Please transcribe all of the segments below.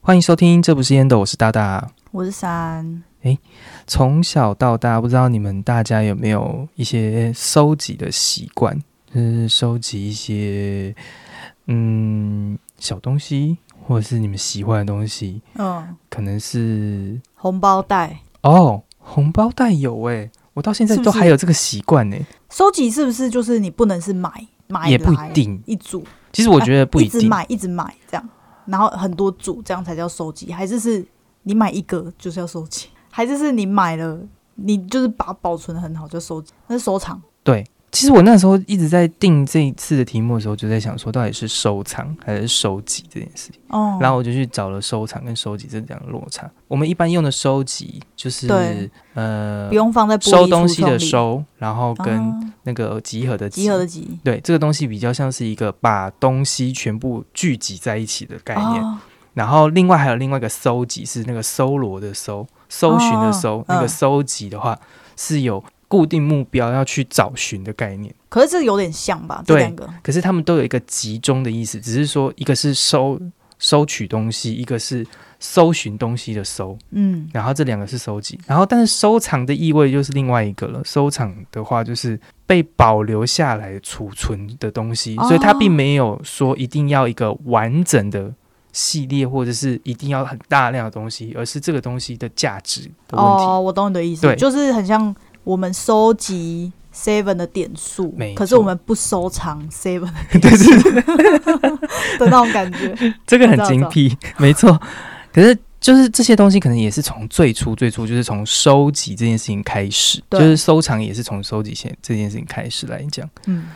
欢迎收听，这不是烟斗，我是大大。我是三，从小到大，不知道你们大家有没有一些收集的习惯，就是收集一些嗯小东西，或者是你们喜欢的东西，嗯，可能是红包袋哦红包袋有诶、我到现在是不都是还有这个习惯欸呢，收集是不是就是你不能是买买也不一来定。一组，其实我觉得不一啊一直定，买一直买这样，然后很多组这样才叫收集，还是是你买一个就是要收集，还是是你买了你就是把它保存的很好就收集，那是收藏。对。其实我那时候一直在定这一次的题目的时候，就在想说，到底是收藏还是收集这件事情。哦，然后我就去找了收藏跟收集这两个落差。我们一般用的收集就是对呃不用放在玻璃收东西橱窗的里收，然后跟啊那个集合的集。集合的集对，这个东西比较像是一个把东西全部聚集在一起的概念。哦然后另外还有另外一个搜集是那个搜罗的搜，搜寻的搜。哦那个嗯搜集的话、是有固定目标要去找寻的概念。可是这有点像吧？这对两个可是他们都有一个集中的意思，只是说一个是收收取东西，一个是搜寻东西的搜，嗯然后这两个是收集，然后但是收藏的意味就是另外一个了。收藏的话就是被保留下来储存的东西，哦所以它并没有说一定要一个完整的。系列或者是一定要很大量的东西，而是这个东西的价值的问题。哦，我懂你的意思对，就是很像我们收集 Seven 的点数没，错可是我们不收藏 Seven 对，是的那种感觉。这个很我知道精辟， 没错。可是就是这些东西，可能也是从最初最初，就是从收集这件事情开始，就对是收藏也是从收集先这件事情开始来讲。嗯，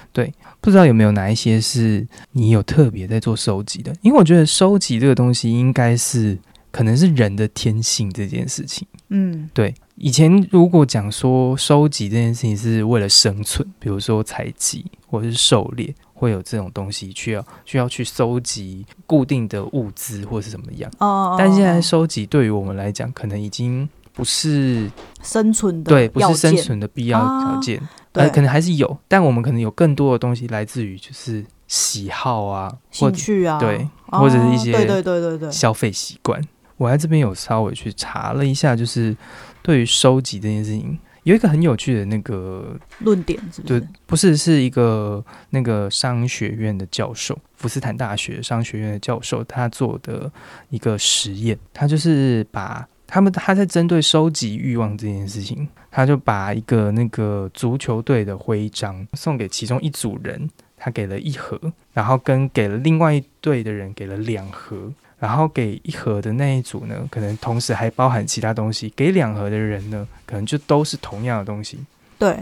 不知道有没有哪一些是你有特别在做收集的？因为我觉得收集这个东西应该是可能是人的天性这件事情。嗯，对，以前如果讲说收集这件事情是为了生存，比如说采集或者是狩猎，会有这种东西需要需要去收集固定的物资或是怎么样。哦，但现在哦收集对于我们来讲，可能已经不是生存的对，不要是生件存的必要条啊件，呃，对可能还是有，但我们可能有更多的东西来自于就是喜好啊，或兴者趣啊，对哦，或者是一些对对对对对，消费习惯。我在这边有稍微去查了一下，就是对于收集这件事情，有一个很有趣的那个，论点是不？就是不是是一个那个商学院的教授，福斯坦大学商学院的教授，他做的一个实验，他就是把他们他在针对收集欲望这件事情，他就把一个那个足球队的徽章送给其中一组人，他给了一盒，然后跟给了另外一队的人给了两盒。然后给一盒的那一组呢，可能同时还包含其他东西；给两盒的人呢，可能就都是同样的东西。对，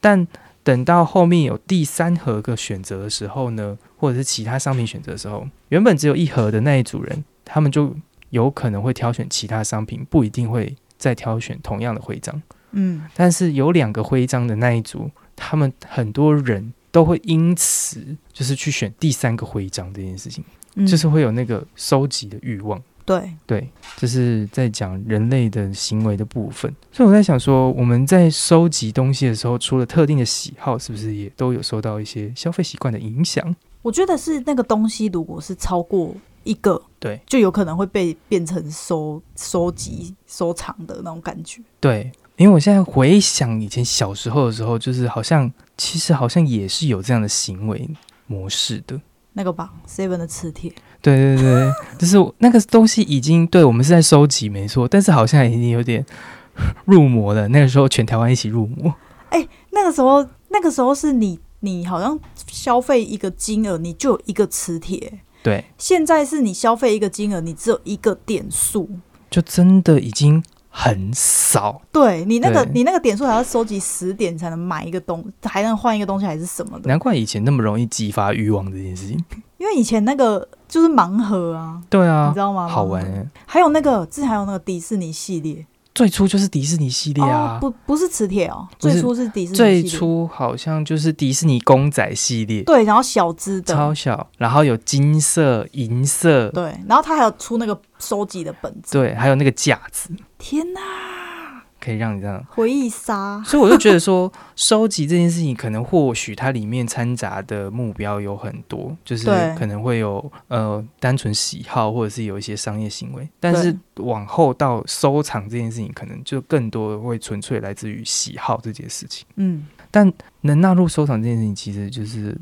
但等到后面有第三盒的选择的时候呢，或者是其他商品选择的时候，原本只有一盒的那一组人，他们就有可能会挑选其他商品，不一定会再挑选同样的徽章。嗯，但是有两个徽章的那一组，他们很多人都会因此就是去选第三个徽章这件事情，嗯就是会有那个收集的欲望。对，对，这是在讲人类的行为的部分。所以我在想说，我们在收集东西的时候，除了特定的喜好，是不是也都有受到一些消费习惯的影响？我觉得是那个东西如果是超过一个，对，就有可能会被变成收收集收藏的那种感觉。对，因为我现在回想以前小时候的时候，就是好像其实好像也是有这样的行为模式的。那个吧，Seven 的磁铁，对对对对，就是我那个东西已经对我们是在收集没错，但是好像已经有点入魔了。那个时候全台湾一起入魔，那个时候，那个时候是你，你好像消费一个金额，你就有一个磁铁。对，现在是你消费一个金额，你只有一个点数。就真的已经很少对你那个，对你那个点数还要收集十点才能买一个东，还能换一个东西还是什么的。难怪以前那么容易激发欲望这件事情。因为以前那个就是盲盒啊，对你啊知，道吗？好玩盲盒。欸。还有那个之前还有那个迪士尼系列，最初就是迪士尼系列哦啊，，不不是磁铁哦，不是最初是迪士尼系列最初好像就是迪士尼公仔系列，对，然后小只超的。小，然后有金色、银色，对，然后他还有出那个收集的本子。对，还有那个架子。天哪！可以让你这样。回忆杀，所以我就觉得说，收集这件事情，可能或许它里面掺杂的目标有很多，就是对可能会有呃单纯喜好，或者是有一些商业行为。但是往后到收藏这件事情，可能就更多会纯粹来自于喜好这件事情。嗯，但能纳入收藏这件事情，其实就是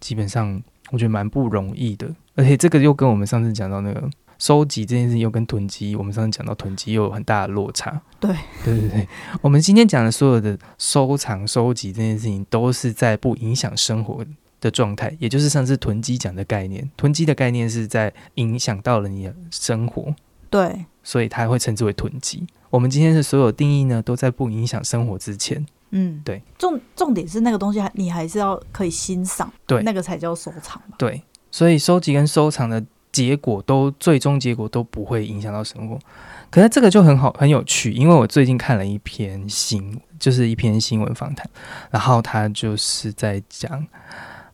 基本上我觉得蛮不容易的，而且这个又跟我们上次讲到那个收集这件事情，又跟囤积，我们上次讲到囤积又有很大的落差。对，对对对，我们今天讲的所有的收藏、收集这件事情，都是在不影响生活。的状态，也就是上次囤积讲的概念。囤积的概念是在影响到了你的生活，对所以它会称之为囤积。我们今天的所有定义呢，都在不影响生活之前。嗯，对，重重点是那个东西还你还是要可以欣赏，对那个才叫收藏吧。对，所以收集跟收藏的结果都最终结果都不会影响到生活。可是这个就很好很有趣，因为我最近看了一篇新，就是一篇新闻访谈，然后他就是在讲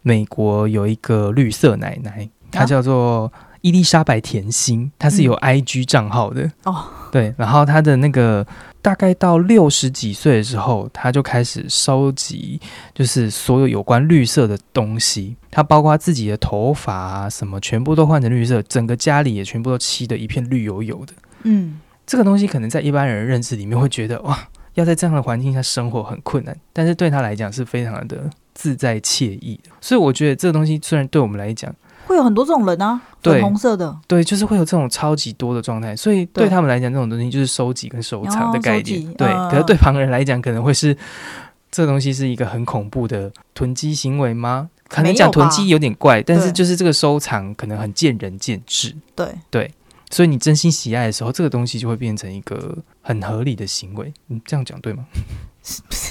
美国有一个绿色奶奶，她啊嗯叫做伊丽莎白甜心，她是有 IG 账号的，哦，对，然后他的那个大概到六十几岁的时候，他就开始收集，就是所有有关绿色的东西。他包括自己的头发啊什么，全部都换成绿色，整个家里也全部都漆的一片绿油油的。嗯，这个东西可能在一般人的认知里面会觉得哇，要在这样的环境下生活很困难，但是对他来讲是非常的自在惬意的。所以我觉得这个东西虽然对我们来讲，会有很多这种人啊，对粉红色的，对，就是会有这种超级多的状态，所以对对他们来讲，这种东西就是收集跟收藏的哦概收集念。对，嗯可是对旁人来讲，可能会是这东西是一个很恐怖的囤积行为吗？可没能有讲囤积吧有点怪，但是对就是这个收藏可能很见仁见智，对，所以你真心喜爱的时候，这个东西就会变成一个很合理的行为。嗯，这样讲对 吗？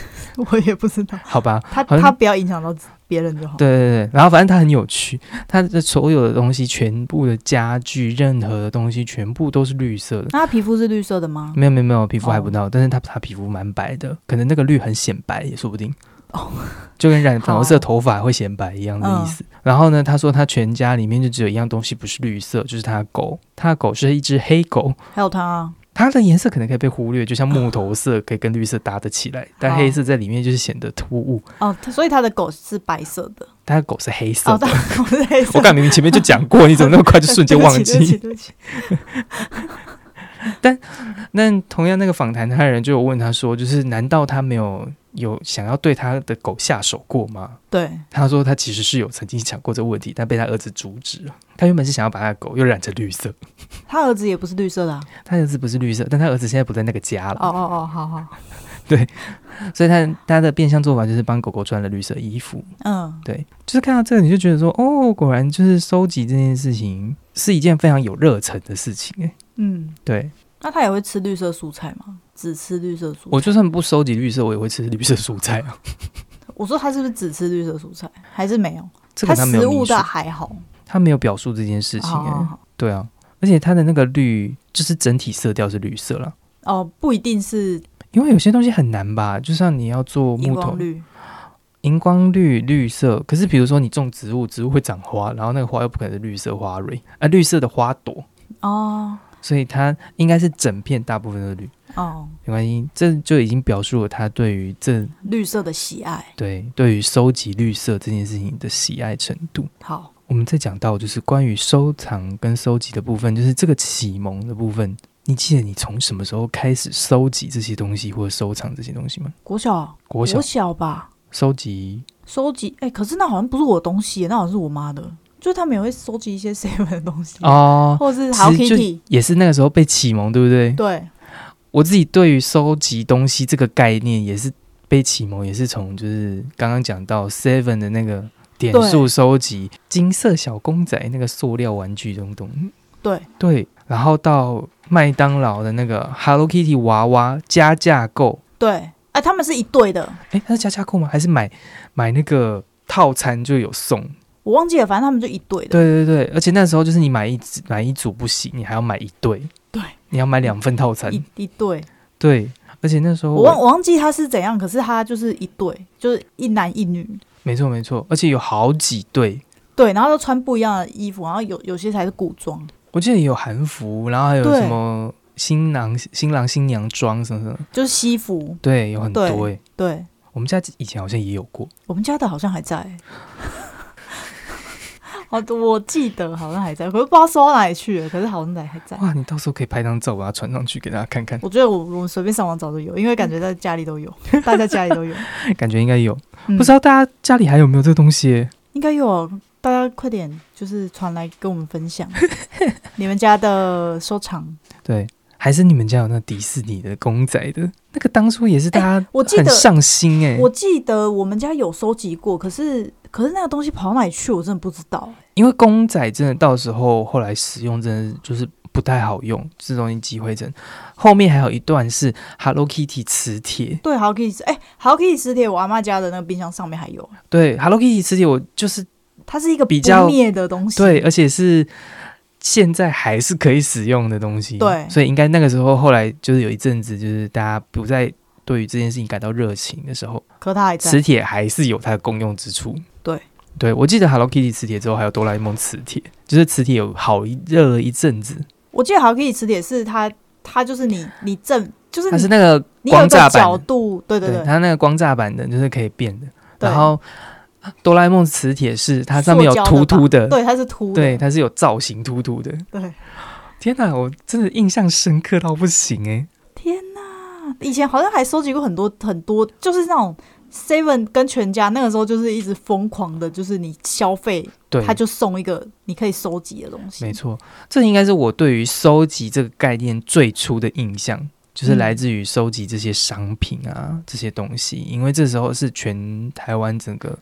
我也不知道，好吧，他好像他不要影响到别人就好。对对对，然后反正它很有 趣，它的所有的东西，全部的家具，任何的东西，全部都是绿色的。那他皮肤是绿色的吗？没有没有没有，皮肤还不到，但是他他皮肤蛮白的，可能那个绿很显白也说不定。哦， 就跟染粉红好色头发会显白一样的意思。然后呢，他说他全家里面就只有一样东西不是绿色，就是他的狗。他的狗是一只黑狗，还有他啊，它的颜色可能可以被忽略，就像木头色可以跟绿色搭得起来，但好黑色在里面就是显得突兀。哦，他所以他的狗是白色 的，他的狗是黑色哦， 的。他狗是黑色我的。感明明前面就讲过，你怎么那么快就瞬间忘对不起记？对不起，对不起那同样那个访谈他的人就有问他说，就是难道他没有有想要对他的狗下手过吗？对，他说他其实是有曾经想过这个问题，但被他儿子阻止了。他原本是想要把他的狗又染成绿色，他儿子也不是绿色的啊、他儿子不是绿色，但他儿子现在不在那个家了，哦哦哦，好好，所以他他的变相做法就是帮狗狗穿了绿色衣服。嗯，对，就是看到这个你就觉得说，哦，果然就是收集这件事情是一件非常有热忱的事情、欸。嗯，对那他也会吃绿色蔬菜吗？只吃绿色蔬菜？我就算不收集绿色，我也会吃绿色蔬菜啊。我说他是不是只吃绿色蔬菜，还是没有？这个他他没有食明物说倒，还好。哦他没有表述这件事情、好欸。好好对啊，而且他的那个绿就是整体色调是绿色了。哦，不一定是因为有些东西很难吧，就像你要做荧木头光，绿，荧光绿、绿色。可是比如说你种植物，植物会长花，然后那个花又不可能是绿色花蕊，啊、绿色的花朵，哦所以它应该是整片大部分都是绿。哦，没关系，这就已经表述了他对于这绿色的喜爱。对对于收集绿色这件事情的喜爱程度。好，我们再讲到就是关于收藏跟收集的部分，就是这个启蒙的部分。你记得你从什么时候开始收集这些东西或者收藏这些东西吗？国小，国小吧，收集收集。哎、可是那好像不是我的东西耶，那好像是我妈的，就是他们也会收集一些 seven 的东西，哦，或者是其 Hello 实就 Kitty。也是那个时候被启蒙，对不对？对，我自己对于收集东西这个概念也是被启蒙，也是从就是刚刚讲到 Seven 的那个点数对收集金色小公仔那个塑料玩具东东，对对，然后到麦当劳的那个 Hello Kitty 娃娃加价购，对，哎、他们是一对的，诶，它是加价购吗？还是买买那个套餐就有送？我忘记了，反正他们就一对的。对对对，而且那时候就是你买一只买一组不行，你还要买一对，对，你要买两份套餐，一一对，对，而且那时候我忘我忘记他是怎样，可是他就是一对，就是一男一女，没错没错，而且有好几对，对，然后都穿不一样的衣服，然后有有些才是古装，我记得也有韩服，然后还有对什么新郎新郎新娘装什么什么，就是西服。对，有很多哎、对，我们家以前好像也有过，我们家的好像还在、好，我记得好像还在，可是不知道收到哪里去了。可是好像还还在。哇，你到时候可以拍张照，把它传上去给大家看看，我觉得我我们随便上网找都有，因为感觉在家里都有，大家家里都有。感觉应该有，嗯不知道啊大家家里还有没有这个东西欸耶、应该有哦，大家快点就是传来跟我们分享你们家的收藏。对，还是你们家有那迪士尼的公仔的那个，当初也是大家哎我记很得上心哎、我记得我们家有收集过，可是可是那个东西跑到哪里去，我真的不知道。欸因为公仔真的到时候后来使用真的就是不太好用，这东西积灰尘。后面还有一段是 Hello Kitty 磁铁，对，Hello Kitty，哎、h e l l o Kitty 磁铁，我阿妈家的那个冰箱上面还有，啊对 Hello Kitty 磁铁，我就是它是一个比较不灭的东西。对，而且是现在还是可以使用的东西。对所以应该那个时候后来就是有一阵子，就是大家不再对于这件事情感到热情的时候，可它还在磁。铁还是有它的功用之处。对，对我记得 Hello Kitty 磁铁之后，还有哆啦 A 梦磁铁，就是磁铁有好一热了一阵子，我记得 Hello Kitty 磁铁是它，它就是你你正就是它你是那个你有光一栅个板角度，对对对，它那个光栅板的就是可以变的，对然后哆啦 A 梦磁铁是它上面有塑胶凸凸的，对它是凸的，对，它是有造型凸凸的。对天哪，我真的印象深刻到不行哎、天哪！以前好像还收集过很多很多，就是那种 Seven 跟全家那个时候就是一直疯狂的，就是你消费，对，他就送一个你可以收集的东西。没错，这应该是我对于收集这个概念最初的印象，就是嗯来自于收集这些商品啊、这些东西，因为这时候是全台湾整个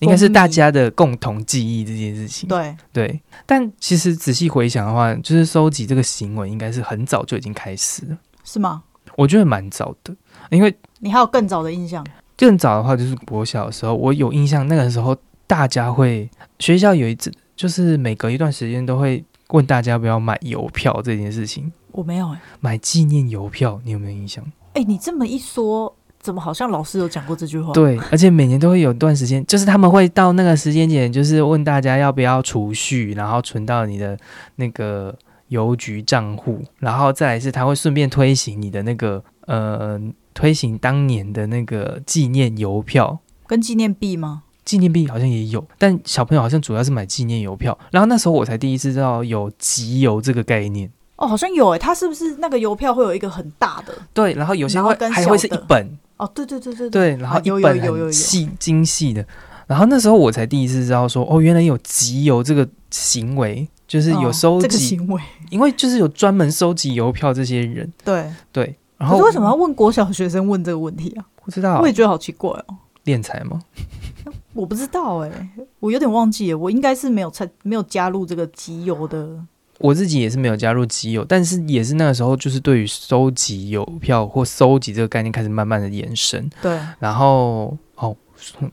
应该是大家的共同记忆这件事情。对，对，但其实仔细回想的话，就是收集这个行为应该是很早就已经开始了，是吗？我觉得蛮早的，因为你还有更早的印象？更早的话就是国小的时候，我有印象，那个时候大家会学校有一次，就是每隔一段时间都会问大家要不要买邮票这件事情，我没有哎、买纪念邮票，你有没有印象？哎、你这么一说，怎么好像老师有讲过这句话？对，而且每年都会有一段时间，就是他们会到那个时间点，就是问大家要不要储蓄，然后存到你的那个邮局账户，然后再来是他会顺便推行你的那个呃，推行当年的那个纪念邮票。跟纪念币吗？纪念币好像也有，但小朋友好像主要是买纪念邮票。然后那时候我才第一次知道有集邮这个概念。哦，好像有哎、它是不是那个邮票会有一个很大的？对，然后有些然后会跟还会是小的一本，哦，对对对对对，对，然后啊有一本有有有有很细精细的。然后那时候我才第一次知道说，哦，原来有集邮这个行为，就是有收哦这个集，行为。因为就是有专门收集邮票这些人，对，对。然可后是为什么要问国小学生问这个问题啊？不知道我也觉得好奇怪哦。敛财吗？我不知道哎、我有点忘记了，我应该是没有参没有加入这个集邮的。我自己也是没有加入集邮，但是也是那个时候，就是对于收集邮票或收集这个概念开始慢慢的延伸。对，然后哦，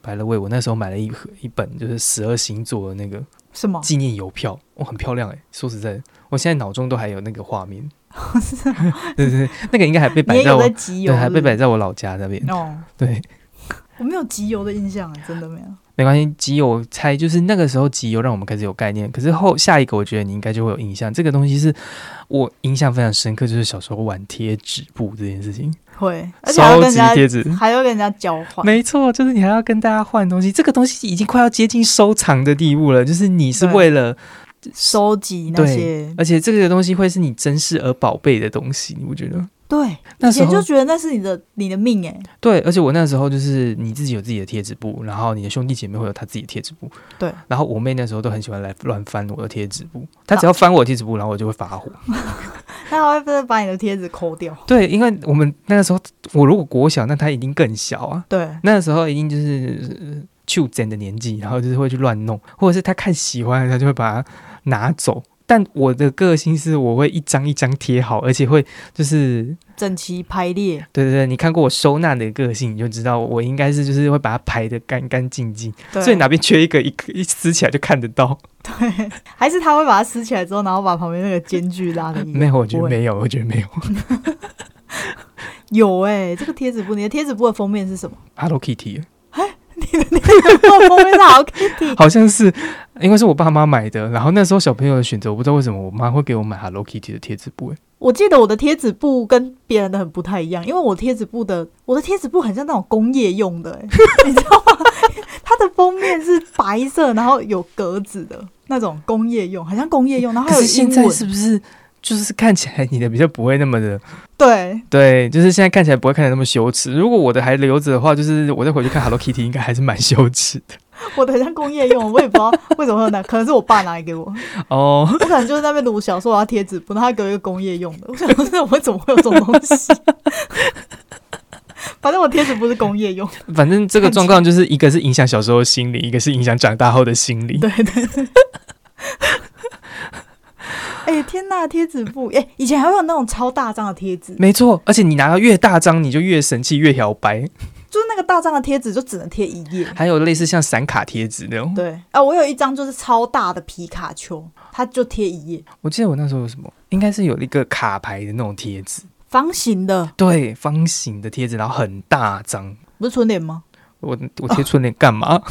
白了喂，我那时候买了一盒一本就是十二星座的那个什么？纪念邮票，哇、很漂亮哎、说实在的，我现在脑中都还有那个画 面。对对对，那个应该还被你摆也在有在我，集邮？对，还被是不摆是在我老家那边。哦，对，我没有集邮的印象哎、真的没有。没关系，集邮我猜就是那个时候集邮让我们开始有概念，可是后下一个我觉得你应该就会有印象，这个东西是我印象非常深刻，就是小时候玩贴纸布这件事情，会，而且还要收跟人集家贴纸。还要跟人家交换。没错，就是你还要跟大家换东西，这个东西已经快要接近收藏的地步了。就是你是对为了，收集那对些，而且这个东西会是你珍视而宝贝的东西，你不觉得？对，那嗯以时前候就觉得那是你的你的命哎、对，而且我那时候就是你自己有自己的贴纸簿，然后你的兄弟姐妹会有他自己的贴纸簿。对，然后我妹那时候都很喜欢来乱翻我的贴纸簿，她只要翻我的贴纸簿，然后我就会发火。他还会把你的贴纸抠掉。对，因为我们那个时候我如果国小，那她一定更小啊。对，那时候一定就是就整的年纪，然后就是会去乱弄，或者是他看喜欢的，他就会把它拿走。但我的个性是，我会一张一张贴好，而且会就是整齐排列，对对对，你看过我收纳的个性，你就知道我应该是就是会把它排的干干净净，对，啊所以哪边缺一个，一个一撕起来就看得到。还是他会把它撕起来之后，然后把旁边那个间距拉的。 没有，我觉嗯不得会没有，我觉得没有。欸有哎、这个贴纸布，你的贴纸布的封面是什么？ Hello Kitty，你的那个封面是 Hello Kitty，好像是因为是我爸妈买的，然后那时候小朋友的选择，我不知道为什么我妈会给我买 Hello Kitty 的贴纸布、欸，我记得我的贴纸布跟别人的很不太一样，因为我贴纸布的我的贴纸布很像那种工业用的、欸， 你知道吗？它的封面是白色，然后有格子的那种工业用，好像工业用，然后还可是有现英在文，是不是就是看起来你的比较不会那么的对，对，就是现在看起来不会看起来那么羞耻。如果我的还留着的话，就是我再回去看 Hello Kitty，应该还是蛮羞耻的我的很像工业用，我也不知道为什么会有那，可能是我爸拿来给我， 我哦。可能就是在那边读小说，我要啊贴纸布，然后他给我一个工业用的，我想说这我怎么会有这种东西？反正我贴纸不是工业用，反正这个状况就是一个是影响小时候的心理，一个是影响长大后的心理。对对对。 哎、天呐，贴纸布！哎、以前还会有那种超大张的贴纸，没错，而且你拿到越大张，你就越生气，越摇摆。就是那个大张的贴纸就只能贴一页。还有类似像闪卡贴纸那种，对，啊，我有一张就是超大的皮卡丘，它就贴一页，我记得我那时候有什么，应该是有一个卡牌的那种贴纸，方形的，对，方形的贴纸，然后很大张。不是春联吗？我我哦贴春联干 嘛？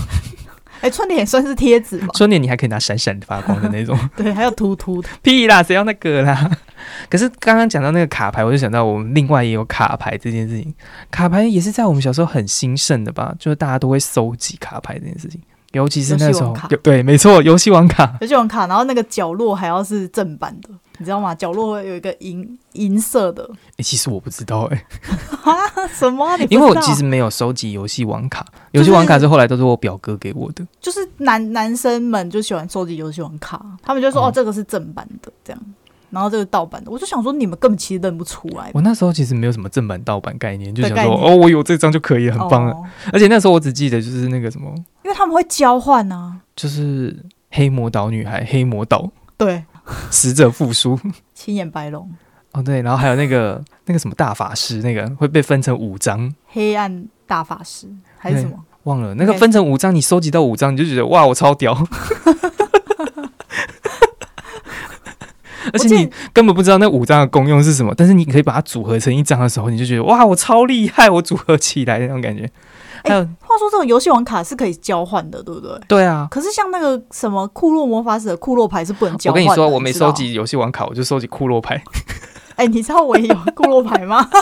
哎、春联也算是贴纸吧？春联你还可以拿闪闪发光的那种。 对，还有突突的，屁啦，谁要那个啦？ 可是刚刚讲到那个卡牌，我就想到我们另外也有卡牌这件事情。卡牌也是在我们小时候很兴盛的吧，就是大家都会收集卡牌这件事情，尤其是那时游戏王候卡，有 对，没错，游戏王卡。有这种卡，然后那个角落还要是正版的，你知道吗？角落会有一个银银色的，诶其实我不知道诶，啊，什么啊、你 不因为我知道其实没有收集游戏王卡，游戏王卡是后来都是我表哥给我的。就是男男生们就喜欢收集游戏王卡，他们就说哦哦这个是正版的这样，然后这个盗版的，我就想说你们根本其实认不出来，我那时候其实没有什么正版盗版概念，就对想概说念哦，我有这张就可以了，很棒了。啊哦，而且那时候我只记得就是那个什么，因为他们会交换啊，就是黑魔岛女孩、黑魔岛对， 死者复苏。青眼白龙、哦，对，然后还有那个那个什么大法师，那个会被分成五张，黑暗大法师还是什么，忘了那个分成五张，你收集到五张，你就觉得哇，我超屌。 而且我你记根本不知道那五张的功用是什么，但是你可以把它组合成一张的时候，你就觉得哇，我超厉害，我组合起来那种感觉。还有，话说这种游戏王卡是可以交换的，对不对？对啊，可是像那个什么库洛魔法使的库洛牌是不能交我换跟你的。说，我没知道收。集游戏王卡，我就收集库洛牌。哎、你知道我也 有库洛牌吗？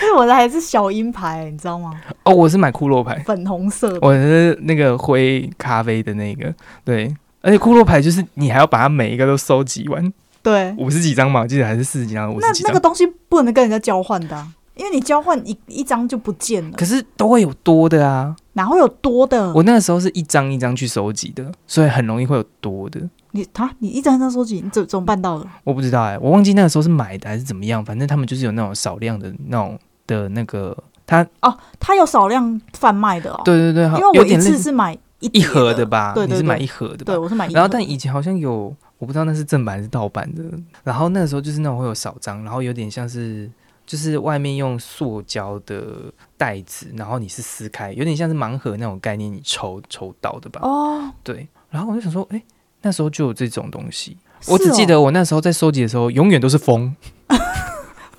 因为我的还是小鹰牌，你知道吗？哦，我是买库洛牌，粉红色的。我是那个灰咖啡的那个，对。而且库洛牌就是你还要把它每一个都收集完，对，五十几张嘛，我记得还是四十几张，五那十几那张。个东西不能跟人家交换的啊、因为你交换一一张就不见了可，是都会有多的啊！哪会有多的？我那个时候是一张一张去收集的，所以很容易会有多的。你啊，你一张一张收集，你怎怎么办到的？我不知道哎、我忘记那个时候是买的还是怎么样，反正他们就是有那种少量的那种的那个，它哦，它有少量贩卖的哦。，对对对，好因为有我一点类次似是买一一一盒的，吧？对对你是对买一盒的吧啊对，？我是买一盒。然后但以前好像有，我不知道那是正版还是盗版的。然后那个时候就是那种会有少张，然后有点像是就是外面用塑胶的袋子，然后你是撕开，有点像是盲盒那种概念，你抽抽到的吧？哦，对。然后我就想说，哎，那时候就有这种东西。是我只记哦得我那时候在收集的时候，永远都是风，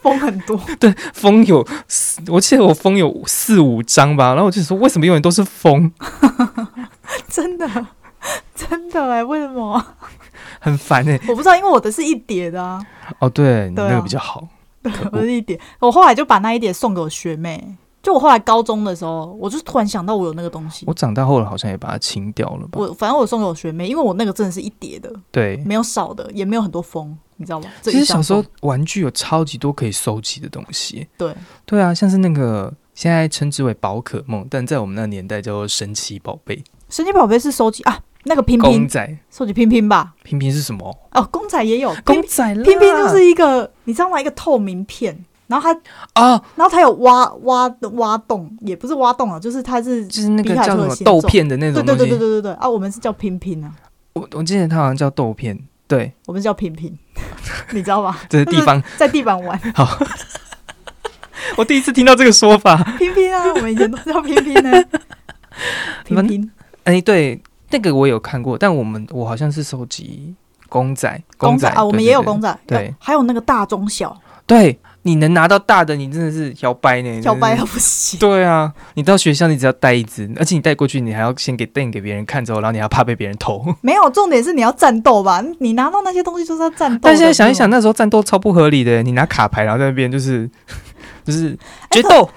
风很多， 风有四，我记得我风有四五张吧，然后我就想说为什么永远都是风， 真的，真的哎，为什么？很烦哎、我不知道，因为我的是一叠的啊，哦，对，你对那个啊比较好，对可，恶我是一叠。我后来就把那一叠送给我学妹。就我后来高中的时候，我就突然想到我有那个东西我，长大后了好像也把它清掉了吧？我反正我送给我学妹，因为我那个真的是一叠的，对，没有少的，也没有很多封，你知道吗？这其一实小箱时候封玩具有超级多可以收集的东西。对，对啊，像是那个现在称之为宝可梦，但在我们那个年代叫做神奇宝贝、神奇宝贝是收集啊，那个拼公拼仔、收集拼拼吧，拼拼是什么？哦，公仔也有公拼仔啦拼拼就是一个，你知道吗？一个透明片，然后它啊，然后它有挖挖挖洞，也不是挖洞啊，就是它是就是那个皮卡叫丘什的么形豆状片的那对种对东对对西。对对对啊，我们是叫拼拼啊，我我记得它好像叫豆片。对，我们是叫拼拼， 你知道吧？这是地方，在地板玩我第一次听到这个说法。拼拼啊，我们以前都叫拼拼 呢、拼拼哎，对，那个我有看过，但我们我好像是收集公仔，公仔啊，我们也有公仔。仔，对还有那个大中小，对，你能拿到大的，你真的是摇摆呢，小白真到的是。不 行。对啊，你到学校你只要带一只，而且你带过去，你还要先给电给别人看之后，然后你还怕被别人 偷。没有，重点是你要战斗吧？你拿到那些东西就是要战斗的。但现在想一想，没有，那时候战斗超不合理的，你拿卡牌，然后在那边就是 就是决哎斗，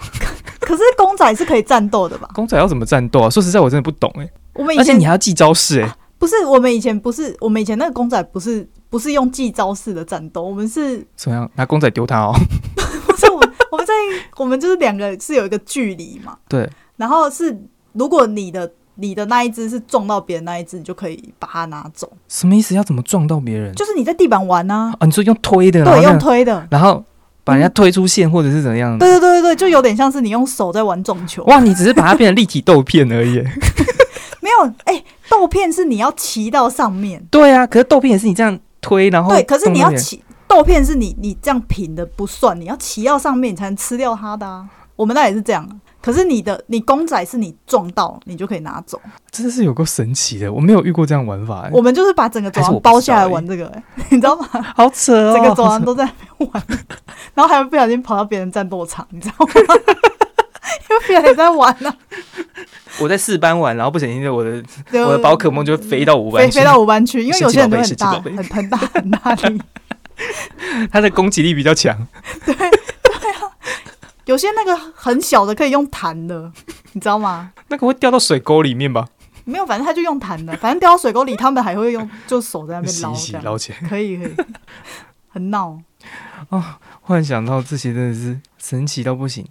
可是公仔是可以战斗的吧？公仔要怎么战斗啊？说实在，我真的不懂哎，我们以而且前啊你还要记招式哎，不是，我们以前不是，我们以前那个公仔不是不是用记招式的战斗，我们是怎么样拿公仔丢他哦？ 不是我 们我们在我们就是两个是有一个距离嘛，对，然后是如果你的你的那一只是撞到别人那一只，你就可以把它拿走，什么意思？要怎么撞到别人？就是你在地板玩啊，啊，你说用推的，然后那嗯对，用样推嗯的，然后把人家推出线或者是怎样？对对对对对，就有点像是你用手在玩撞球，哇，你只是把它变成立体豆片而已。欸 没有哎、豆片是你要骑到上面，对啊，可是豆片也是你这样推，然后对，可是你要哦动那边骑豆片是你你这样平的不算，你要骑到上面你才能吃掉它的啊。我们那也是这样啊，可是你的你公仔是你撞到你就可以拿走，真的是有够神奇的，我没有遇过这样玩法、欸，我们就是把整个走还是我廊不知道包下来而已玩这个、欸， 你知道吗？好扯哦。整个啊走廊都在那边玩，然后还不小心跑到别人战斗场，你知道吗？ 因为别人也在玩啊呢、我在四班玩，然后不小心我的啊，就 我的宝可梦就飞到五班飞去，飞到五班去，因为有些人都很大，神奇宝贝很很大很大力， 它的攻击力比较强，有些那个很小的可以用弹的，你知道吗？那个会掉到水沟里面吧？没有，反正他就用弹的，反正掉到水沟里，他们还会用就手在那边洗捞一这洗样，捞起来。可以可以，很闹。忽然想到这些真的是神奇到不行。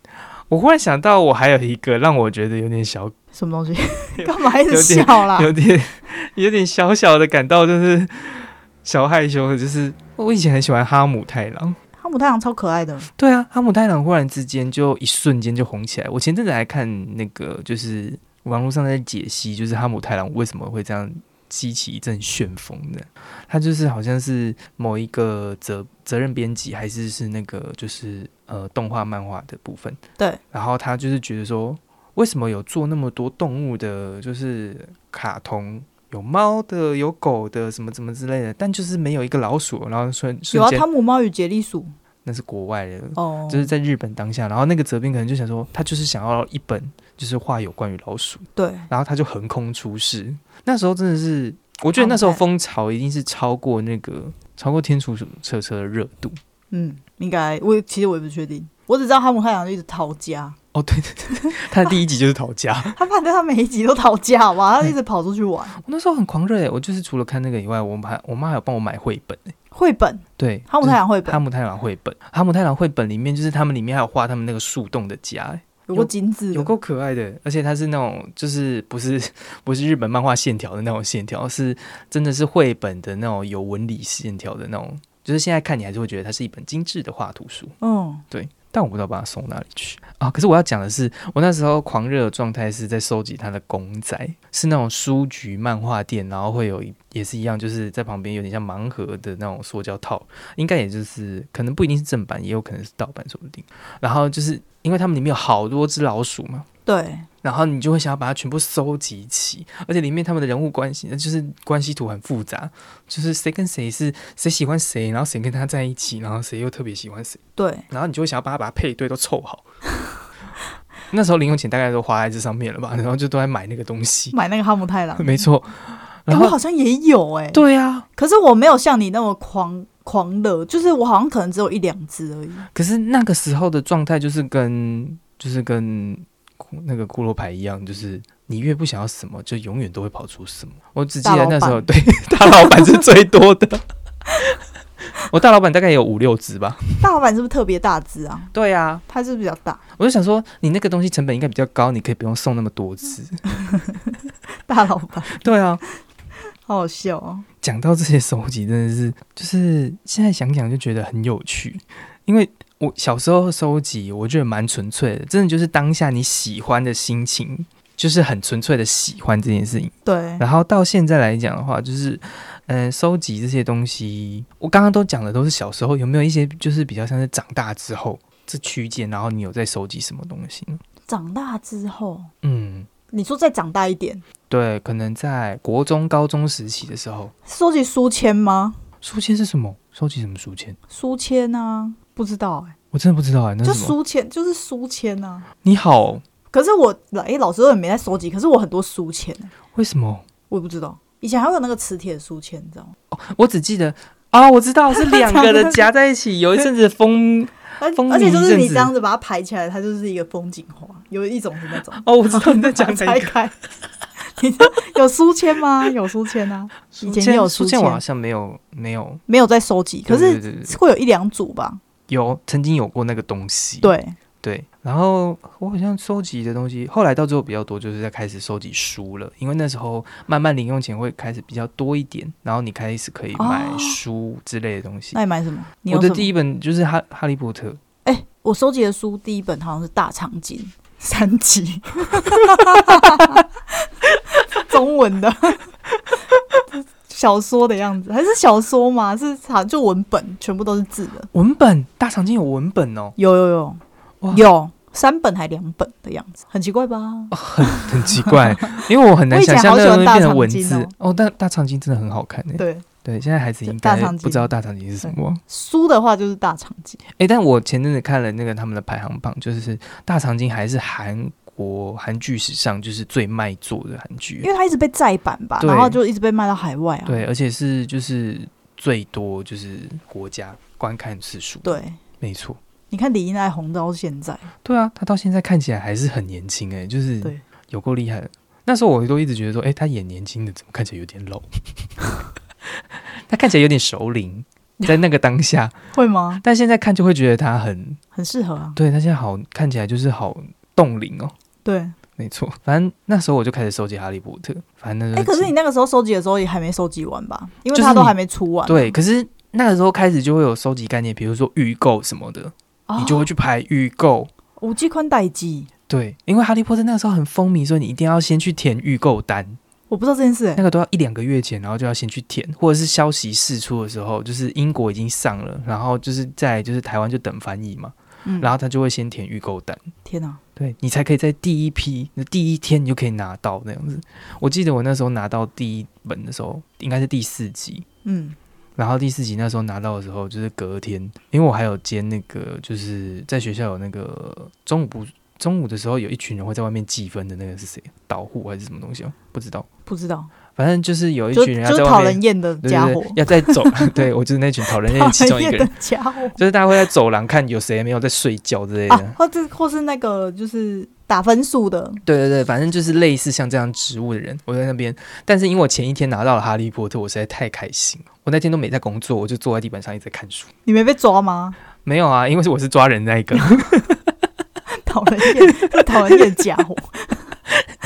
我忽然想到，我还有一个让我觉得有点小什么 东西？干嘛一直有点笑啦？有点有点小小的感到就是小害羞的，就是我以前很喜欢哈姆太郎。哈姆太郎超可爱的，对啊，哈姆太郎忽然之间就一瞬间就红起来。我前阵子还看那个，就是网络上在解析，就是哈姆太郎为什么会这样激起一阵旋风的。他就是好像是某一个责责任编辑，还是是那个就是呃动画漫画的部分。对，然后他就是觉得说，为什么有做那么多动物的，就是卡通。有猫的，有狗的，什么什么之类的，但就是没有一个老鼠。然后瞬有瞬啊，间，汤姆猫与杰利鼠那是国外的，哦，就是在日本当下，然后那个泽斌可能就想说，他就是想要一本就是画有关于老鼠，对，然后他就横空出世。那时候真的是，我觉得那时候风潮一定是超过那个超过天竺鼠车车的热 度。嗯，应该我其实我也不确定，我只知道哈姆太郎就一直逃家，哦，对对对，对他的第一集就是逃家。他反正他每一集都逃家，好吧，他一直跑出去玩。 我那时候很狂热诶，欸我就是除了看那个以外，我还我妈还有帮我买绘本诶。绘本，对，哈姆太郎绘就是哈本姆太郎绘本，哈姆太郎绘本里面就是他们里面还有画他们那个树洞的家欸诶。有过金子，有够可爱的，而且它是那种就是不是 不是日本漫画线条的那种线条，是真的是绘本的那种有纹理线条的那种，就是现在看你还是会觉得它是一本精致的画图书，嗯，但我不知道把它送哪里去啊。可是我要讲的是，我那时候狂热的状态是在收集它的公仔，是那种书局漫画店，然后会有一也是一样，就是在旁边有点像盲盒的那种塑胶套，应该也就是可能不一定是正版，也有可能是盗版，说不定。然后就是因为它们里面有好多只老鼠嘛。对，然后你就会想要把它全部收集齐，而且里面他们的人物关系，就是关系图很复杂，就是谁跟谁是谁喜欢谁，然后谁跟他在一起，然后谁又特别喜欢谁，对，然后你就会想要把它把它配对都凑好。 那时候零用钱大概都花在这上面了吧，然后就都在买那个东西，，买那个哈姆太郎没错。哎，然我后好像也有哎，对啊，可是我没有像你那么狂狂热，就是我好像可能只有一两只而已。可是那个时候的状态就是跟就是跟骷那个骷髅牌一样，就是你越不想要什么，就永远都会跑出什么。我只记得那时候，对 大老板是最多的。 我大老板大概有五六只吧。大老板是不是特别大只啊？对啊，它是不是比较 大？我就想说，你那个东西成本应该比较高，你可以不用送那么多只。大老板，对啊，好好笑哦。讲到这些收集， 真的是就是现在想想就觉得很有趣，因为我小时候收集，我觉得蛮纯粹的，真的就是当下你喜欢的心情，就是很纯粹的喜欢这件事情。对，然后到现在来讲的话，就是嗯，呃收集这些东西，我刚刚都讲的都是小时候，有没有一些就是比较像是长大之后这区间，然后你有在收集什么东西呢？长大之后，嗯，你说再长大一点，对，可能在国中、高中时期的时候，收集书签吗？书签是什么？收集什么书签？书签啊，不知道哎、我真的不知道哎、那就是什么？书签，就是书签啊。你好，可是我老哎、老师也没在收集，可是我很多书签、为什么？我也不知道。以前还会有那个磁铁书签，你知道吗？哦我只记得啊、我知道是两个的夹在一起，有一阵子风 而风靡而且就是一阵你子这样子把它排起来，它就是一个风景画。有一种是那种 哦，我知道你在 讲把它哪拆一个。开，你知道有书签吗？有书签啊，以前也有书书签签我好像没有没有，没有在收集，可对是对对对会有一两组吧。有曾经有过那个东西，对，对。然后我好像收集的东西，后来到最后比较多，就是在开始收集书了，因为那时候慢慢零用钱会开始比较多一点，然后你开始可以买哦书之类的东西。那你买什么？你我有的什么？第一本就是哈《哈利波特》，哎、我收集的书第一本好像是《大长今》三集， 中文的小说的样子，还是小说吗？是啥？就文本，全部都是字的。文本大长今有文本哦，有有有哇有三本还两本的样子，很奇怪吧？哦很奇 怪，因为我很难我以前想象好那喜个欢东西大变成长文今字哦哦。但大长今真的很好看诶、欸对，对，现在孩子应大该长不知今道大长今是什么。书的话就是《大长今》，哎、但我前阵子看了那个他们的排行榜，就是大长今还是韩国韩剧史上就是最卖座的韩剧因，为它一直被再版吧，对然后就一直被卖到海外啊。对，而且是就是最多就是国家观看次数，，对，没错，你看李英爱红到现在，对啊，他到现在看起来还是很年轻哎、就是对有够厉害的。那时候我都一直觉得说，哎、他演年轻的怎么看起来有点老？ 他看起来有点熟龄，在那个当下，会吗？但现在看就会觉得他很，很适合啊。对他现在好看起来就是好冻龄哦。对，没错，反正那时候我就开始收集《哈利波特》，反正那哎、时候可是你那个时候收集的时候也还没收集完吧？因为就是它都你还没出完啊、对，可是那个时候开始就会有收集概念，比如说预购什么的，哦，你就会去排预购。五 G 宽带机，对，因为《哈利波特》那个时候很风靡，所以你一定要先去填预购单，我不知道这件事、欸那。个都要一两个月前，然后就要先去填，或者是消息释出的时候，就是英国已经上了，然后就是在就是台湾就等翻译嘛，嗯，然后他就会先填预购单。天哪、啊，对你才可以在第一批、第一天你就可以拿到那样子。我记得我那时候拿到第一本的时候，应该是第四集，嗯，然后第四集那时候拿到的时候，就是隔天，因为我还有兼那个，就是在学校有那个中午嗯不中午的时候，有一群人会在外面计分的那个是谁？导护还是什么东西哦？不知道，不知道，反正就是有一就群人要就是在讨外面人，厌的对家对伙对，，要在走， 对我就是那群讨人厌 讨的其中一个厌的人，啊家伙就是大家会在走廊看有谁没有在睡觉之类的。啊，或者或是那个就是打分数的，对对对，反正就是类似像这样职务的人，我在那边。但是因为我前一天拿到了《哈利波特》，我实在太开心了。我那天都没在工作，我就坐在地板上一直在看书。你没被抓吗？ 没有啊，因为我是抓人那一个，讨人厌，这讨人厌的家伙，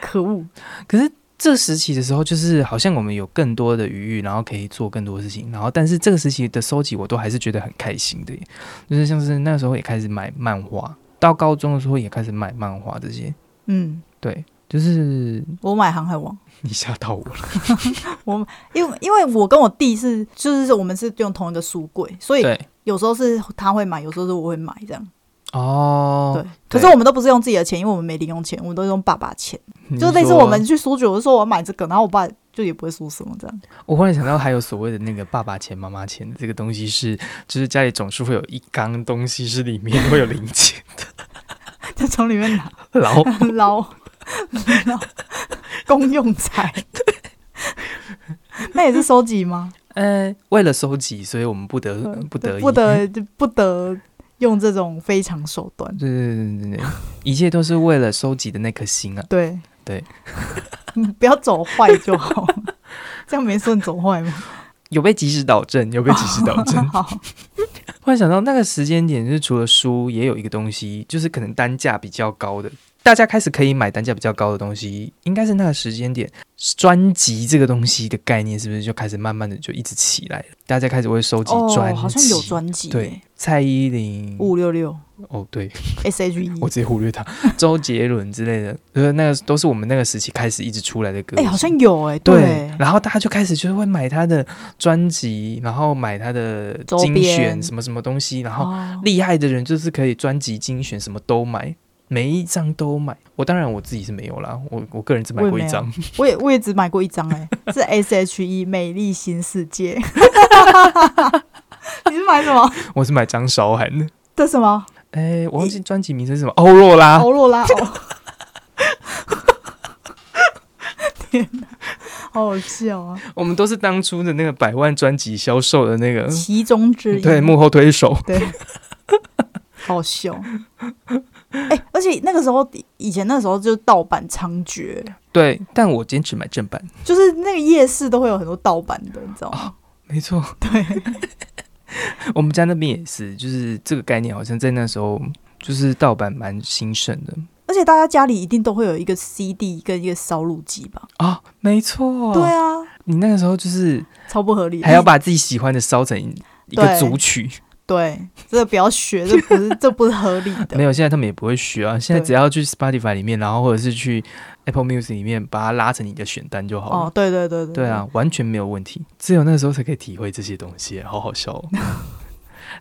可恶！可是这时期的时候，就是好像我们有更多的余裕，然后可以做更多事情。然后，但是这个时期的收集，我都还是觉得很开心的耶。就是像是那时候也开始买漫画，到高中的时候也开始买漫画这些。嗯，对，就是我买航海王，你吓到我了。因为因为我跟我弟是就是我们是用同一个书柜，所以对，有时候是他会买，有时候是我会买这样。哦对，，可是我们都不是用自己的钱，因为我们没零用钱，我们都是用爸爸钱。你就类似说我们去书局，我就说我要买这个，然后我爸就也不会说什么这样。 我忽然想到，还有所谓的那个爸爸钱、妈妈钱的这个东西是，就是家里总是会有一缸东西是里面会有零钱，就从里面拿 然后捞 捞 公用财。 那也是收集吗？呃，为了收集，所以我们不得呃不得已不得不得用这种非常手段。对对对对对，一切都是为了收集的那颗心啊。对 对，你不要走坏就好，这样没顺走坏吗？。有被及时导正，有被及时导正好，忽然想到那个时间点，就是除了书，也有一个东西，就是可能单价比较高的，大家开始可以买单价比较高的东西，应该是那个时间点，专辑这个东西的概念是不是就开始慢慢的就一直起来了？大家开始会收集专辑，哦，好像有专辑耶，对蔡依林，五六六哦对， S H E，我直接忽略他，周杰伦之类的，就是那个都是我们那个时期开始一直出来的歌，哎，好像有哎，对，然后大家就开始就是会买他的专辑，然后买他的周精边选什么什么东西，然后哦厉害的人就是可以专辑精选，什么都买，每一张都买。我当然我自己是没有啦，我我个人只买过一张。 我也我也只买过一张哎、是 S H E 美丽新世界， 你是买什么我是买张韶涵的。的什么？哎、我忘记专辑名称是什么，欧若拉。欧若拉哦。 天哪，好好笑啊！我们都是当初的那个百万专辑销售的那个，其中之嗯一。对幕后推手。对， 好凶。哎、而且那个时候，以前那时候就是盗版猖獗，对，但我坚持买正版。就是那个夜市都会有很多盗版的，你知哦道吗？没错， 对，我们家那边也是，就是这个概念，好像在那时候就是盗版蛮兴盛的而且大家家里一定都会有一个 CD 跟一个烧录机吧？啊。没错，对啊，你那个时候就是超不合理。还要把自己喜欢的烧成一个对组曲，对，这个不要学，这不是 这不是合理没的。有，现在他们也不会学啊。现在对只要去 Spotify 里面，然后或者是去 Apple Music 里面，把它拉成你的选单就好了。哦，对对对对对啊，，完全没有问题。只有那时候才可以体会这些东西，好好笑、 哦。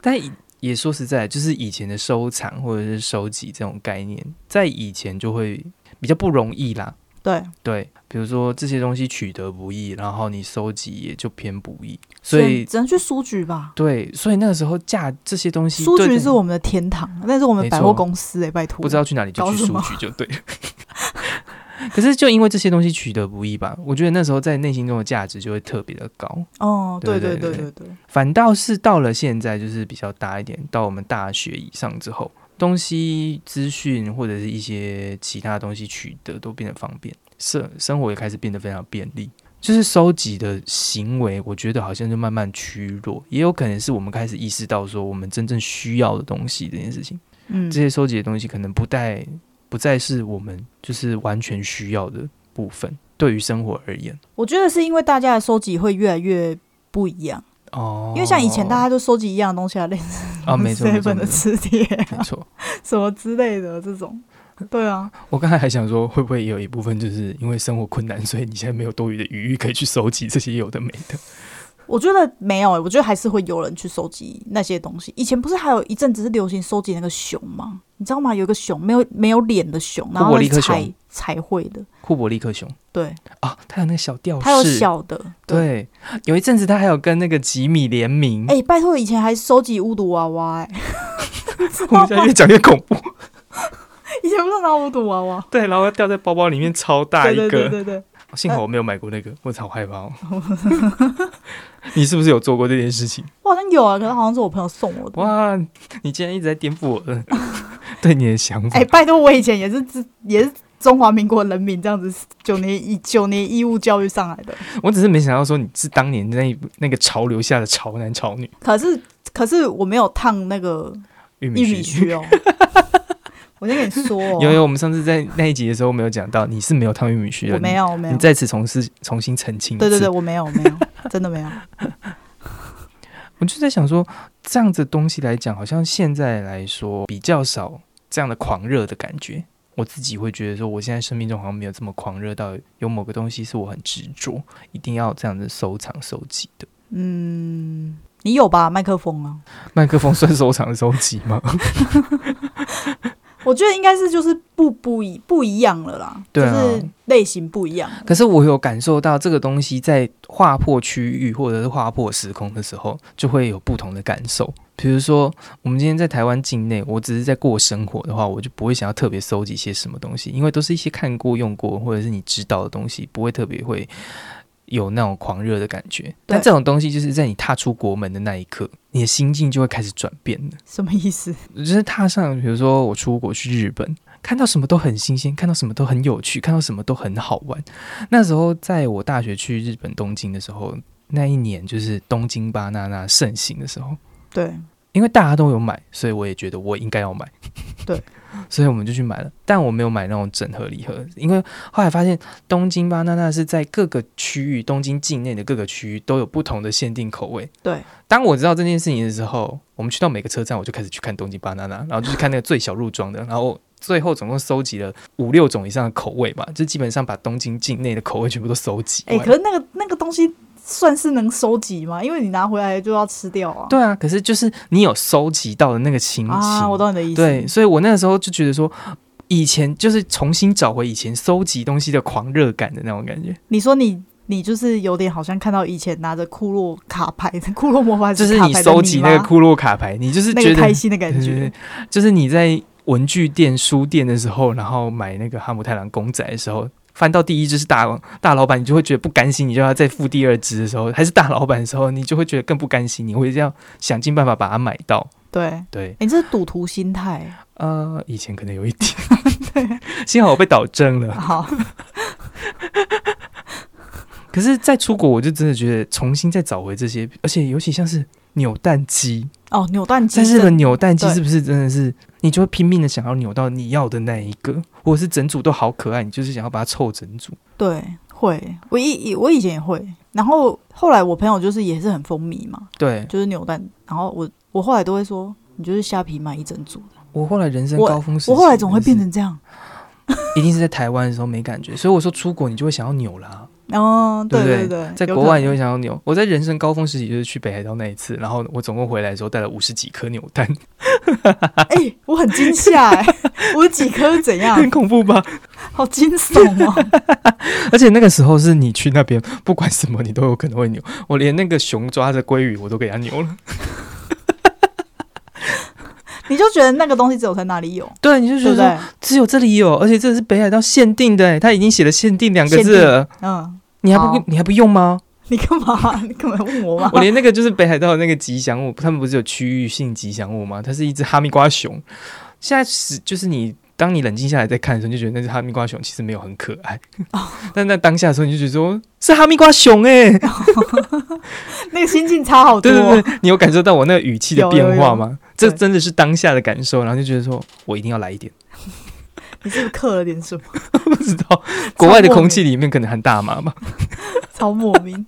但以也说实在，就是以前的收藏或者是收集这种概念，在以前就会比较不容易啦。对，对，比如说这些东西取得不易，然后你收集也就偏不易，所以只能去书局吧。对，所以那个时候价这些东西，书对局对是我们的天堂，那是我们没百错货公司哎、拜托。不知道去哪里就搞去什书么局就对 了。可是就因为这些东西取得不易吧，我觉得那时候在内心中的价值就会特别的高。哦，对对对对对对对，反倒是到了现在，就是比较大一点，到我们大学以上之后，东西资讯或者是一些其他东西取得都变得方便，生生活也开始变得非常便利。就是收集的行为，我觉得好像就慢慢趋弱，也有可能是我们开始意识到说我们真正需要的东西这件事情。嗯，这些收集的东西可能不再不再是我们就是完全需要的部分，对于生活而言。我觉得是因为大家的收集会越来越不一样，哦，因为像以前大家都收集一样的东西啊，类似啊，没错没错 seven 没错的磁铁没错。什么之类的这种。对啊，我刚才还想说，会不会也有一部分就是因为生活困难，所以你现在没有多余的余裕可以去收集这些有的没的？我觉得没有、欸，我觉得还是会有人去收集那些东西。以前不是还有一阵子是流行收集那个熊吗？你知道吗？有一个熊没有没有脸的熊，然库伯后利克是熊彩彩绘的，库伯利克熊对，啊，他有那个小吊饰，它有小的，对，有一阵子他还有跟那个吉米联名，哎、拜托，以前还收集巫毒娃娃、欸， 我们现在越讲越恐怖。以前不是拿巫毒娃娃，对，然后掉在包包里面超大一对个，对对对对，幸好我没有买过那个，我好害怕哦。 你是不是有做过这件事情？我好像有啊，可是好像是我朋友送我的。哇，你竟然一直在颠覆我 的对你的想法。哎、拜托，我以前也是自也是中华民国人民这样子，九年一九年义务教育上来的。我只是没想到说你是当年那一那个潮流下的潮男潮女可是可是我没有烫那个玉米玉须。米须哦。 我先跟你说、哦，有有，我们上次在那一集的时候没有讲到，你是没有烫玉米须的，我没有，我没你，有你，在此重事重新澄清一对对对，次，我没有，我没有，真的没有。我就在想说，这样子东西来讲，好像现在来说比较少这样的狂热的感觉。我自己会觉得说，我现在生命中好像没有这么狂热到有某个东西是我很执着，一定要这样子收藏收集的。嗯，你有吧？麦克风啊，麦克风算收藏收集吗？我觉得应该是就是不不一不一样了啦，对啊就是类型不一样了。可是我有感受到这个东西在划破区域或者是划破时空的时候，就会有不同的感受。比如说，我们今天在台湾境内，我只是在过生活的话，我就不会想要特别收集些什么东西，因为都是一些看过、用过或者是你知道的东西，不会特别会有那种狂热的感觉。但这种东西就是在你踏出国门的那一刻，你的心境就会开始转变了。什么意思？就是踏上，比如说我出国去日本，看到什么都很新鲜，看到什么都很有趣，看到什么都很好玩。那时候在我大学去日本东京的时候，那一年就是东京巴娜娜盛行的时候，对，因为大家都有买，所以我也觉得我应该要买。 对， 所以我们就去买了，但我没有买那种整盒礼盒，因为后来发现东京巴娜娜是在各个区域，东京境内的各个区域都有不同的限定口味。对，当我知道这件事情的时候，我们去到每个车站，我就开始去看东京巴娜娜，然后就去看那个最小入装的，然后最后总共收集了五六种以上的口味吧，就基本上把东京境内的口味全部都收集哎、完。可是那个那个东西算是能收集吗？因为你拿回来就要吃掉啊。对啊，可是就是你有收集到的那个情啊，情我懂你的意思。对，所以我那个时候就觉得说，以前就是重新找回以前收集东西的狂热感的那种感觉。你说你你就是有点好像看到以前拿着库洛卡牌、 库洛魔法就石是卡你牌的收集吗那个库洛卡牌，你就是那觉个得开心的感对对觉对， 就是你在文具店、书店的时候，然后买那个哈姆太郎公仔的时候，翻到第一只是大大老板，你就会觉得不甘心，你就要再付第二只的时候，还是大老板的时候，你就会觉得更不甘心，你会这样想尽办法把它买到。对。对，你、这是赌徒心态， 呃，以前可能有一点， 幸好我被导正了。好，可是，在出国，我就真的觉得重新再找回这些，而且尤其像是扭蛋机，哦，扭蛋机在日真本扭蛋机对是不是真的是，你就会拼命的想要扭到你要的那一个，或者是整组都好可爱，你就是想要把它凑整组。对会，我以以我以前也会，然后后来我朋友就是也是很风靡嘛，对就是扭蛋，然后我我后来都会说，你就是虾皮买一整组的，我后来人生高峰时期，我后来总会变真成这样，的是，一定是在台湾的时候没感觉，所以我说出国你就会想要扭啦，嗯，对不对对对，在有国可外能你就会想要扭。我在人生高峰时期就是去北海道那一次，然后我总共回来的时候带了五十几颗扭蛋， 哎、我很惊吓、哎，我有几颗怎样？很恐怖吧？好惊悚哦！ 而且那个时候是你去那边，不管什么你都有可能会扭。我连那个熊抓着鲑鱼我都给它扭了。 你就觉得那个东西只有在那里有，对，你就对觉不得说对？只有这里有，而且这是北海道限定的欸，它已经写了“限定”两个限字定了，嗯，你还不好你还不用吗？你干嘛？ 你干嘛问我嘛？我连那个就是北海道的那个吉祥物，他们不是有区域性吉祥物吗？它是一只哈密瓜熊。现在是就是你，当你冷静下来再看的时候，你就觉得那只哈密瓜熊其实没有很可爱。但在当下的时候，你就觉得说是哈密瓜熊哎、那个心境差好 多对哦、对对，你有感受到我那个语气的有有变化有吗？这对真的是当下的感受，然后就觉得说我一定要来一点。 你是不是刻了点什么？ 不知道国外的超莫名空气里面可能含大麻吧。超莫名。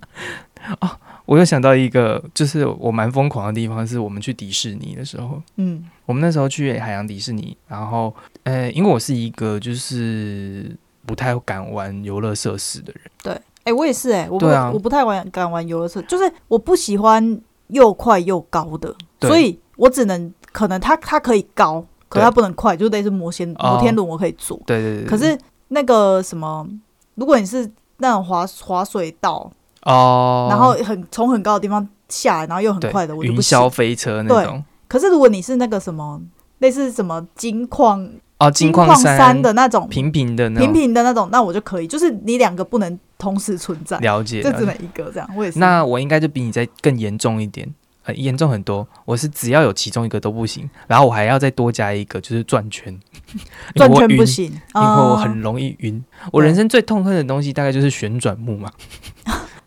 我又想到一个，就是我蛮疯狂的地方，是我们去迪士尼的时候，嗯，我们那时候去海洋迪士尼，然后呃，因为我是一个就是不太敢玩游乐设施的人，哎、我也是哎、我不、对啊我不太玩敢玩游乐设，就是我不喜欢又快又高的，对所以我只能可能它它可以高，可对它不能快，就类似摩仙哦摩天轮我可以坐，对对对。可是那个什么，如果你是那种滑滑水道，哦，然后很从很高的地方下来，然后又很快的，我对就云不霄行。飞车那种可是如果你是那个什么，类似什么金矿哦，金矿山的那种平平的那平种，平的那种，那我就可以。就是你两个不能同时存在，了解。这了只解能一个这样。我也是。那我应该就比你再更严重一点，呃，严重很多。我是只要有其中一个都不行，然后我还要再多加一个，就是转 圈，因为转我圈晕不，行，因为我啊很容易晕。我人生最痛恨的东西大概就是旋转木马，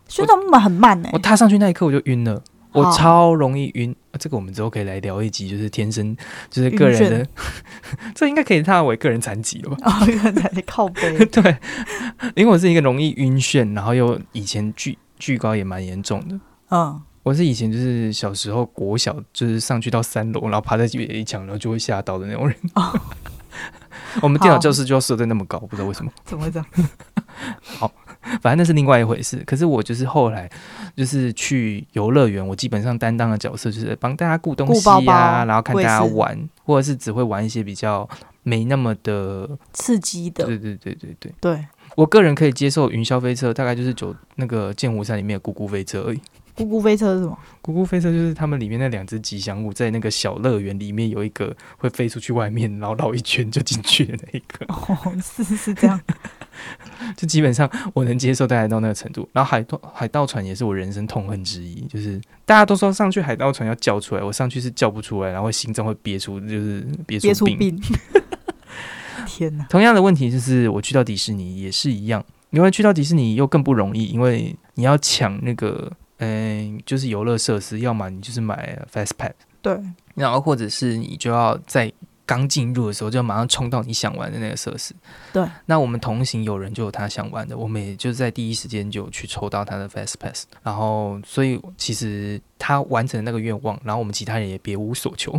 旋转木马很慢欸呢、我踏上去那一刻我就晕了。我好超容易晕、啊这个我们之后可以来聊一集，就是天生就是个人的， 这应该可以纳为个人残疾了吧？ 哦，原来在靠背。对，因为我是一个容易晕眩，然后又以前惧惧高也蛮严重的， 嗯，我是以前就是小时候国小，就是上去到三楼，然后爬在一墙，然后就会吓到的那种人。哦 我们电脑教室就要设在那么高，不知道为什么。怎么会这样？反正那是另外一回事。可是我就是后来就是去游乐园，我基本上担当的角色就是帮大家顾东西顾包包呀、然后看大我也家是玩，或者是只会玩一些比较没那么的。刺激的，对对对对对，对，我个人可以接受云霄飞车，大概就是九那个剑湖山里面的咕咕飞车而已。咕咕飞车是什么？咕咕飞车就是他们里面那两只吉祥物，在那个小乐园里面有一个会飞出去外面，然后绕一圈就进去的那一个，哦，是是这 样。就基本上我能接受大概到那个程度。然后海盗海盗船也是我人生痛恨之一，就是大家都说上去海盗船要叫出来，我上去是叫不出来，然后心脏会憋出就是憋憋出出病。病。 天哪！同样的问题就是我去到迪士尼也是一样，因为去到迪士尼又更不容易，因为你要抢那个嗯、就是游乐设施，要么你就是买 Fast Pass。对，然后或者是你就要在刚进入的时候就马上冲到你想玩的那个设施。对，那我们同行有人就有他想玩的，我们也就在第一时间就有去抽到他的 Fast Pass，然后所以其实他完成那个愿望，然后我们其他人也别无所求。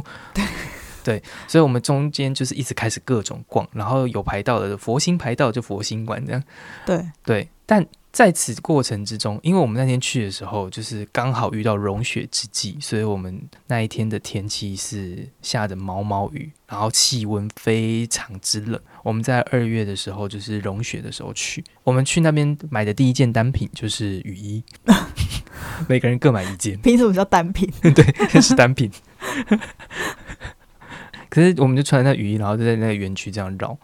对，所以我们中间就是一直开始各种逛，然后有排到的佛心排到就佛心玩这样。对，对，但在此过程之中，因为我们那天去的时候，就是刚好遇到融雪之际，所以我们那一天的天气是下着毛毛雨，然后气温非常之冷。我们在二月的时候，就是融雪的时候去，我们去那边买的第一件单品就是雨衣， 每个人各买一件，凭什么叫单品？对， 是单品。可是我们就穿那雨衣，然后就在那个园区这样绕，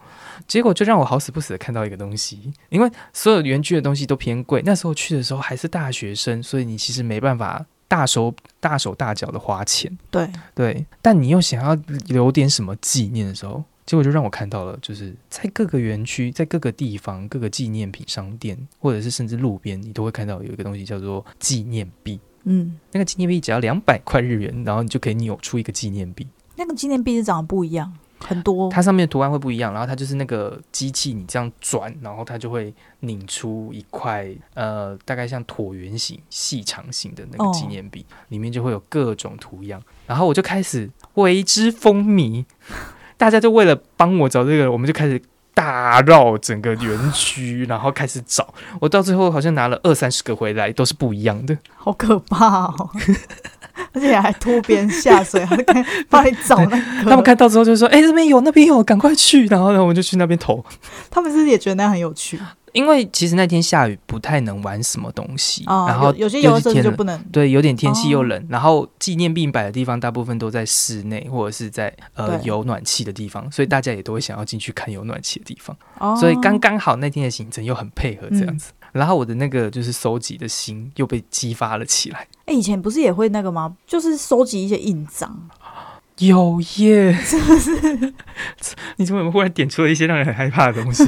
结果就让我好死不死的看到一个东西，因为所有园区的东西都偏贵。那时候去的时候还是大学生，所以你其实没办法大手大手大脚的花钱，对，对。但你又想要留点什么纪念的时候，结果就让我看到了，就是在各个园区、在各个地方、各个纪念品商店，或者是甚至路边，你都会看到有一个东西叫做纪念币。嗯，那个纪念币只要两百块日元，然后你就可以扭出一个纪念币。那个纪念币是长得不一样，很多。它上面的图案会不一样，然后它就是那个机器，你这样转，然后它就会拧出一块呃，大概像椭圆形、细长型的那个纪念币，里面就会有各种图样。然后我就开始为之风靡， 大家就为了帮我找这个，我们就开始大绕整个园区，然后开始找。我到最后好像拿了二三十个回来，都是不一样的。好可怕哦！ 而且还拖别人下水，还看帮你找 那个。他们，看到之后就说：“哎、这边有，那边有，赶快去！”然后呢，我们就去那边投。他们是不是也觉得那样很有趣因为其实那天下雨不太能玩什么东西，啊。然后有有些又游乐是设施天就冷不能，对，有点天气又哦冷，然后纪念币摆的地方大部分都在室内或者是在呃对有暖气的地方，所以大家也都会想要进去看有暖气的地方，哦所以刚刚好那天的行程又很配合这样嗯子，然后我的那个就是收集的心又被激发了起来，哎、以前不是也会那个吗？就是收集一些印 章，有 耶，是不是？你怎么忽然点出了一些让人很害怕的东 西？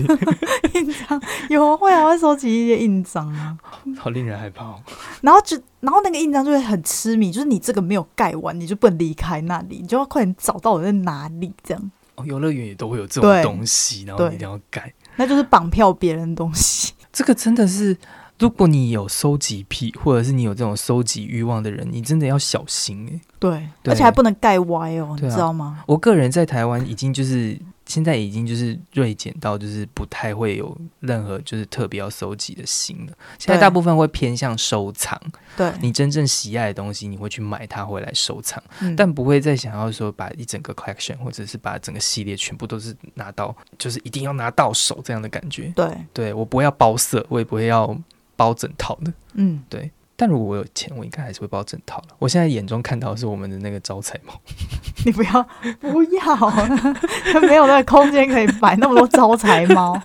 印章有啊会啊，会收集一些印章啊。好令人害怕、哦。然后就，然后那个印章就会很痴迷，就是你这个没有盖完，你就不能离开那里，你就要快点找到我在哪里，这样，哦，游乐园也都会有这种对东西，然后你对一定要改。那就是绑票别人的东西。这个真的是，如果你有收集癖，或者是你有这种收集欲望的人，你真的要小心哎、对， 对而且还不能盖歪哦，对你啊知道吗？我个人在台湾已经就是现在已经就是锐减到就是不太会有任何就是特别要收集的心了。现在对大部分会偏向收藏，对，你真正喜爱的东西，你会去买它回来收藏，嗯但不会再想要说把一整个 collection 或者是把整个系列全部都是拿到，就是一定要拿到手这样的感觉。对，对我不会要包色，我也不会要包整套的。嗯，但如果我有钱，我应该还是会包整套了。我现在眼中看到的是我们的那个招财猫， 你不要不要，没有那个空间可以摆那么多招财 猫，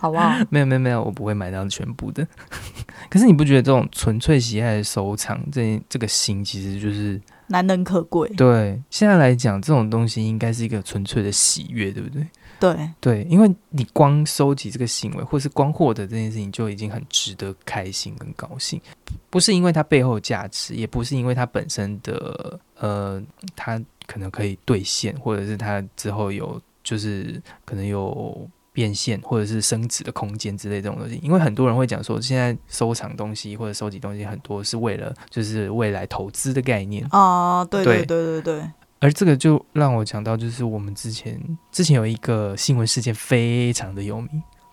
好不好？没有没有没有，我不会买到全部的。 可是你不觉得这种纯粹喜爱的收藏，这这个心其实就是难能可贵，对现在来讲，这种东西应该是一个纯粹的喜悦，对不对？对对，因为你光收集这个行为，或是光获得这件事情，就已经很值得开心跟高兴，不是因为它背后的价值，也不是因为它本身的呃，它可能可以兑现，或者是它之后有就是可能有变现或者是升值的空间之类这种东西。因为很多人会讲说，现在收藏东西或者收集东西，很多是为了就是未来投资的概念，啊、对对对对对对，而这个就让我想到，就是我们之前之前有一个新闻事件非常的有名，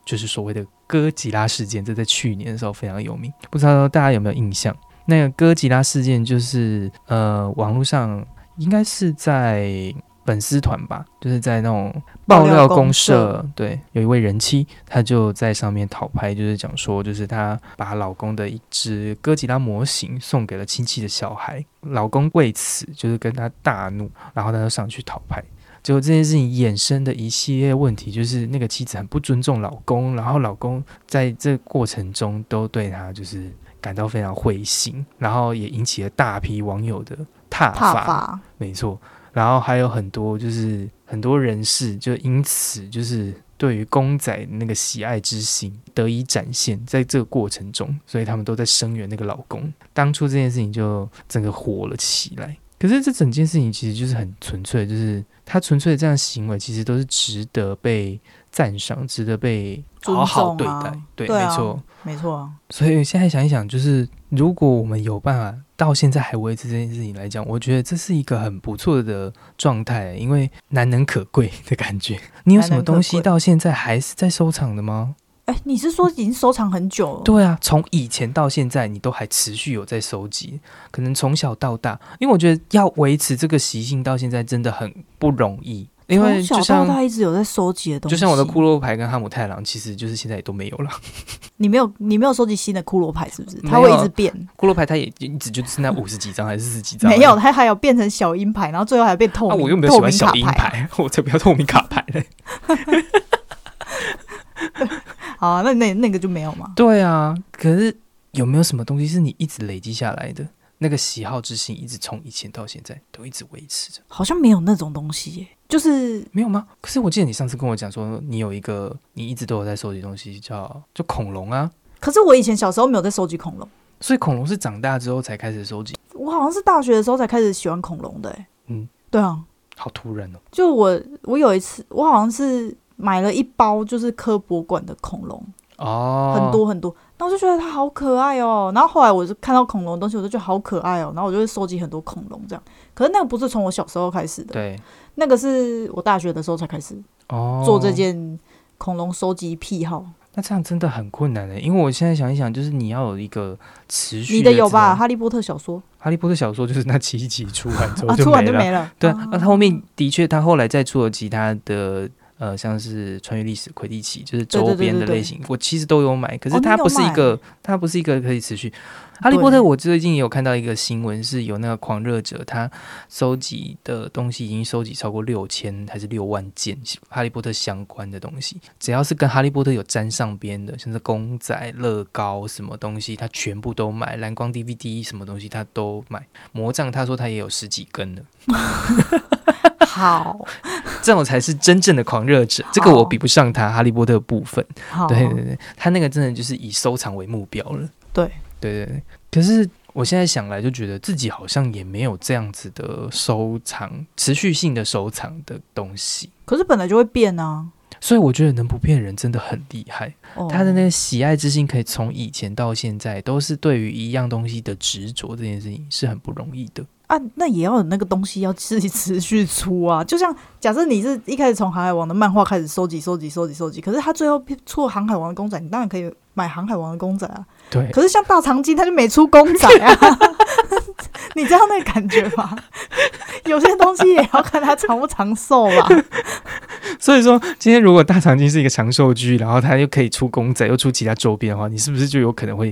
就是所谓的哥吉拉事件，这在去年的时候非常有名，不知道大家有没有印象？那个哥吉拉事件就是呃，网络上应该是在粉丝团吧，就是在那种爆料公爆料社，对，有一位人妻，她就在上面讨拍，就是讲说，就是她把老公的一只哥吉拉模型送给了亲戚的小孩，老公为此就是跟她大怒，然后她就上去讨拍。结果这件事情衍生的一系列问题，就是那个妻子很不尊重老公，然后老公在这过程中都对她就是感到非常灰心，然后也引起了大批网友的挞踏伐。法，没错，然后还有很多就是很多人士就因此就是对于公仔的那个喜爱之心得以展现，在这个过程中，所以他们都在声援那个老公。当初这件事情就整个火了起来。可是这整件事情其实就是很纯粹，就是他纯粹的这样的行为，其实都是值得被赞赏、值得被好好尊对重待。啊对，对啊没错。没错啊，所以现在想一想，就是如果我们有办法到现在还维持这件事情来讲，我觉得这是一个很不错的状态，因为难能可贵的感觉。你有什么东难能西可贵到现在还是在收藏的吗？哎、哎、你是说已经收藏很久了？对啊，从以前到现在，你都还持续有在收集，可能从小到大，因为我觉得要维持这个习性到现在真的很不容易，因为从就小到像大一直有在收集的东西，就像我的骷，髅牌跟哈姆太郎，其实就是现在也都没有了。 你没有你没有收集新的骷髅牌是不是？没有它会一直变，骷髅牌它也一直就是那五十几张还是四十几张，没有，。它还有变成小鹰牌，然后最后还变透啊，明，我又没有喜透欢明小卡鹰牌。牌， 我才不要透明卡牌嘞。好啊，那那那个就没有嘛。 对啊，可是有没有什么东西是你一直累积下来的？那个喜好之心一直从以前到现在都一直维持着，好像没有那种东西耶，就是没有吗？可是我记得你上次跟我讲说，你有一个你一直都有在收集东西叫，就恐龙啊，可是我以前小时候没有在收集恐龙，所以恐龙是长大之后才开始收集，我好像是大学的时候才开始喜欢恐龙的耶。嗯，对啊，好突然哦。就我我有一次，我好像是买了一包就是科博馆的恐龙，哦，很多很多，然后我就觉得它好可爱哦。然后后来我就看到恐龙的东西，我就觉得好可爱哦。然后我就会收集很多恐龙这样。可是那个不是从我小时候开始的，对那个是我大学的时候才开始哦，做这件恐龙收集癖好。那这样真的很困难的，欸因为我现在想一想，就是你要有一个持续你的有这种吧？哈利波特小说哈利波特小说就是那七集出完之后啊，就突然没就了。没了。对啊啊，那他后面的确，他后来再做其他的，呃，像是穿越历史、魁地奇，就是周对对对边的对对类型，我其实都有买，可哦是你它有不是一买个，它不是一个可以持续。哈利波对特，我最近也有看到一个新闻，是有那个狂热者，他收集的东西已经收集超过六千还是六万件哈利波特相关的东西，只要是跟哈利波特有沾上边的，像是公仔、乐高什么东西，他全部都买，蓝光 DVD 什么东西他都买。魔杖他说他也有十几根了。好这种才是真正的狂热者，这个我比不上他《哈利波特》的部分。好，对对对，他那个真的就是以收藏为目标了。对对对对，可是我现在想来就觉得自己好像也没有这样子的收藏，持续性的收藏的东西，可是本来就会变啊。所以我觉得能不变人真的很厉害。哦他的那个喜爱之心，可以从以前到现在都是对于一样东西的执着，这件事情是很不容易的。啊，那也要有那个东西要自己持续出啊。就像假设你是一开始从《航海王》的漫画开始收集、收集、收集、收集，可是他最后出了《航海王》的公仔，你当然可以买《航海王》的公 仔啊。对，可是像大长今，他就没出公仔啊。 你知道那个感觉吗？有些东西也要看他长不长寿 吧。所以说，今天如果大长今是一个长寿居，然后它又可以出公仔，又出其他周边的话，你是不是就有可能会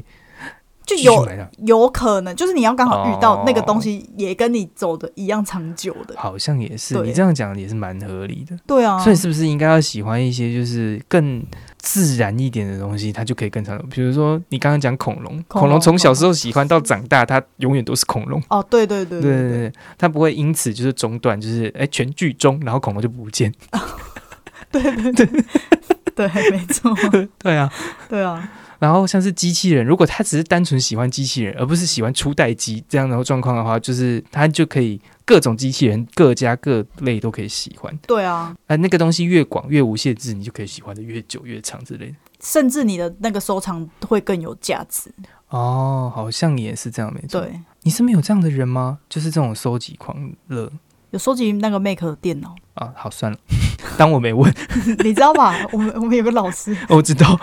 就继续有买它？有可能，就是你要刚好遇到那个哦东西也跟你走的一样长久的。好像也是，对你这样讲也是蛮合理的。对啊，所以是不是应该要喜欢一些就是更自然一点的东西，它就可以更长久？比如说你刚刚讲恐龙，恐龙恐龙从小时候喜欢到长大，它永远都是恐龙。哦，对对对对对对对，它不会因此就是中断，就是哎全剧终，然后恐龙就不见。对对对对，没错，对啊，对啊。然后像是机器人，如果他只是单纯喜欢机器人，而不是喜欢初代机这样的状况的话，就是他就可以各种机器人各家各类都可以喜欢。对啊，啊、那个东西越广越无限制，你就可以喜欢的越久越长之类的。甚至你的那个收藏会更有价值。哦，好像也是这样，没错。，对，你身边有这样的人吗？就是这种收集狂热有收集那个 Make 的电脑， 啊。好，算了， 当我没问，你知道吧？我们我们有个老师，我知道，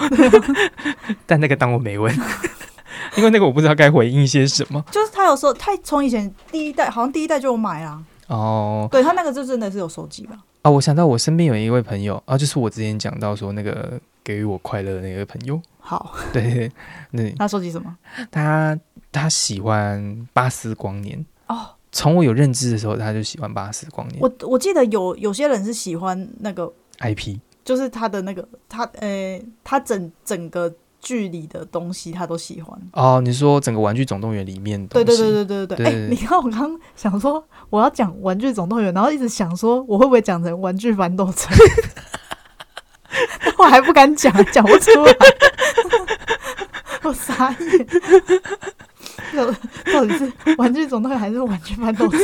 但那个当我没问， 因为那个我不知道该回应些什么。就是他有时候他从以前第一代好像第一代就有买啦，哦，对他那个就真的是有收集吧。啊，我想到我身边有一位朋友啊，就是我之前讲到说那个给予我快乐的那位朋友， 好，对，对，那收集什么？他他喜欢巴斯光年，哦，从我有认知的时候他就喜欢巴斯光年我我记得有有些人是喜欢那个， IP，就是他的那个他呃他整整个剧里的东西他都喜欢。哦，你说整个玩具总动员里面的对东对西，对对对对，对哎、对对你看我刚刚想说我要讲《玩具总动员》，然后一直想说我会不会讲成《玩具反斗城》， 但我还不敢讲，讲不出来， 我傻眼。到到底是《玩具总动员》还是《玩具反斗城》？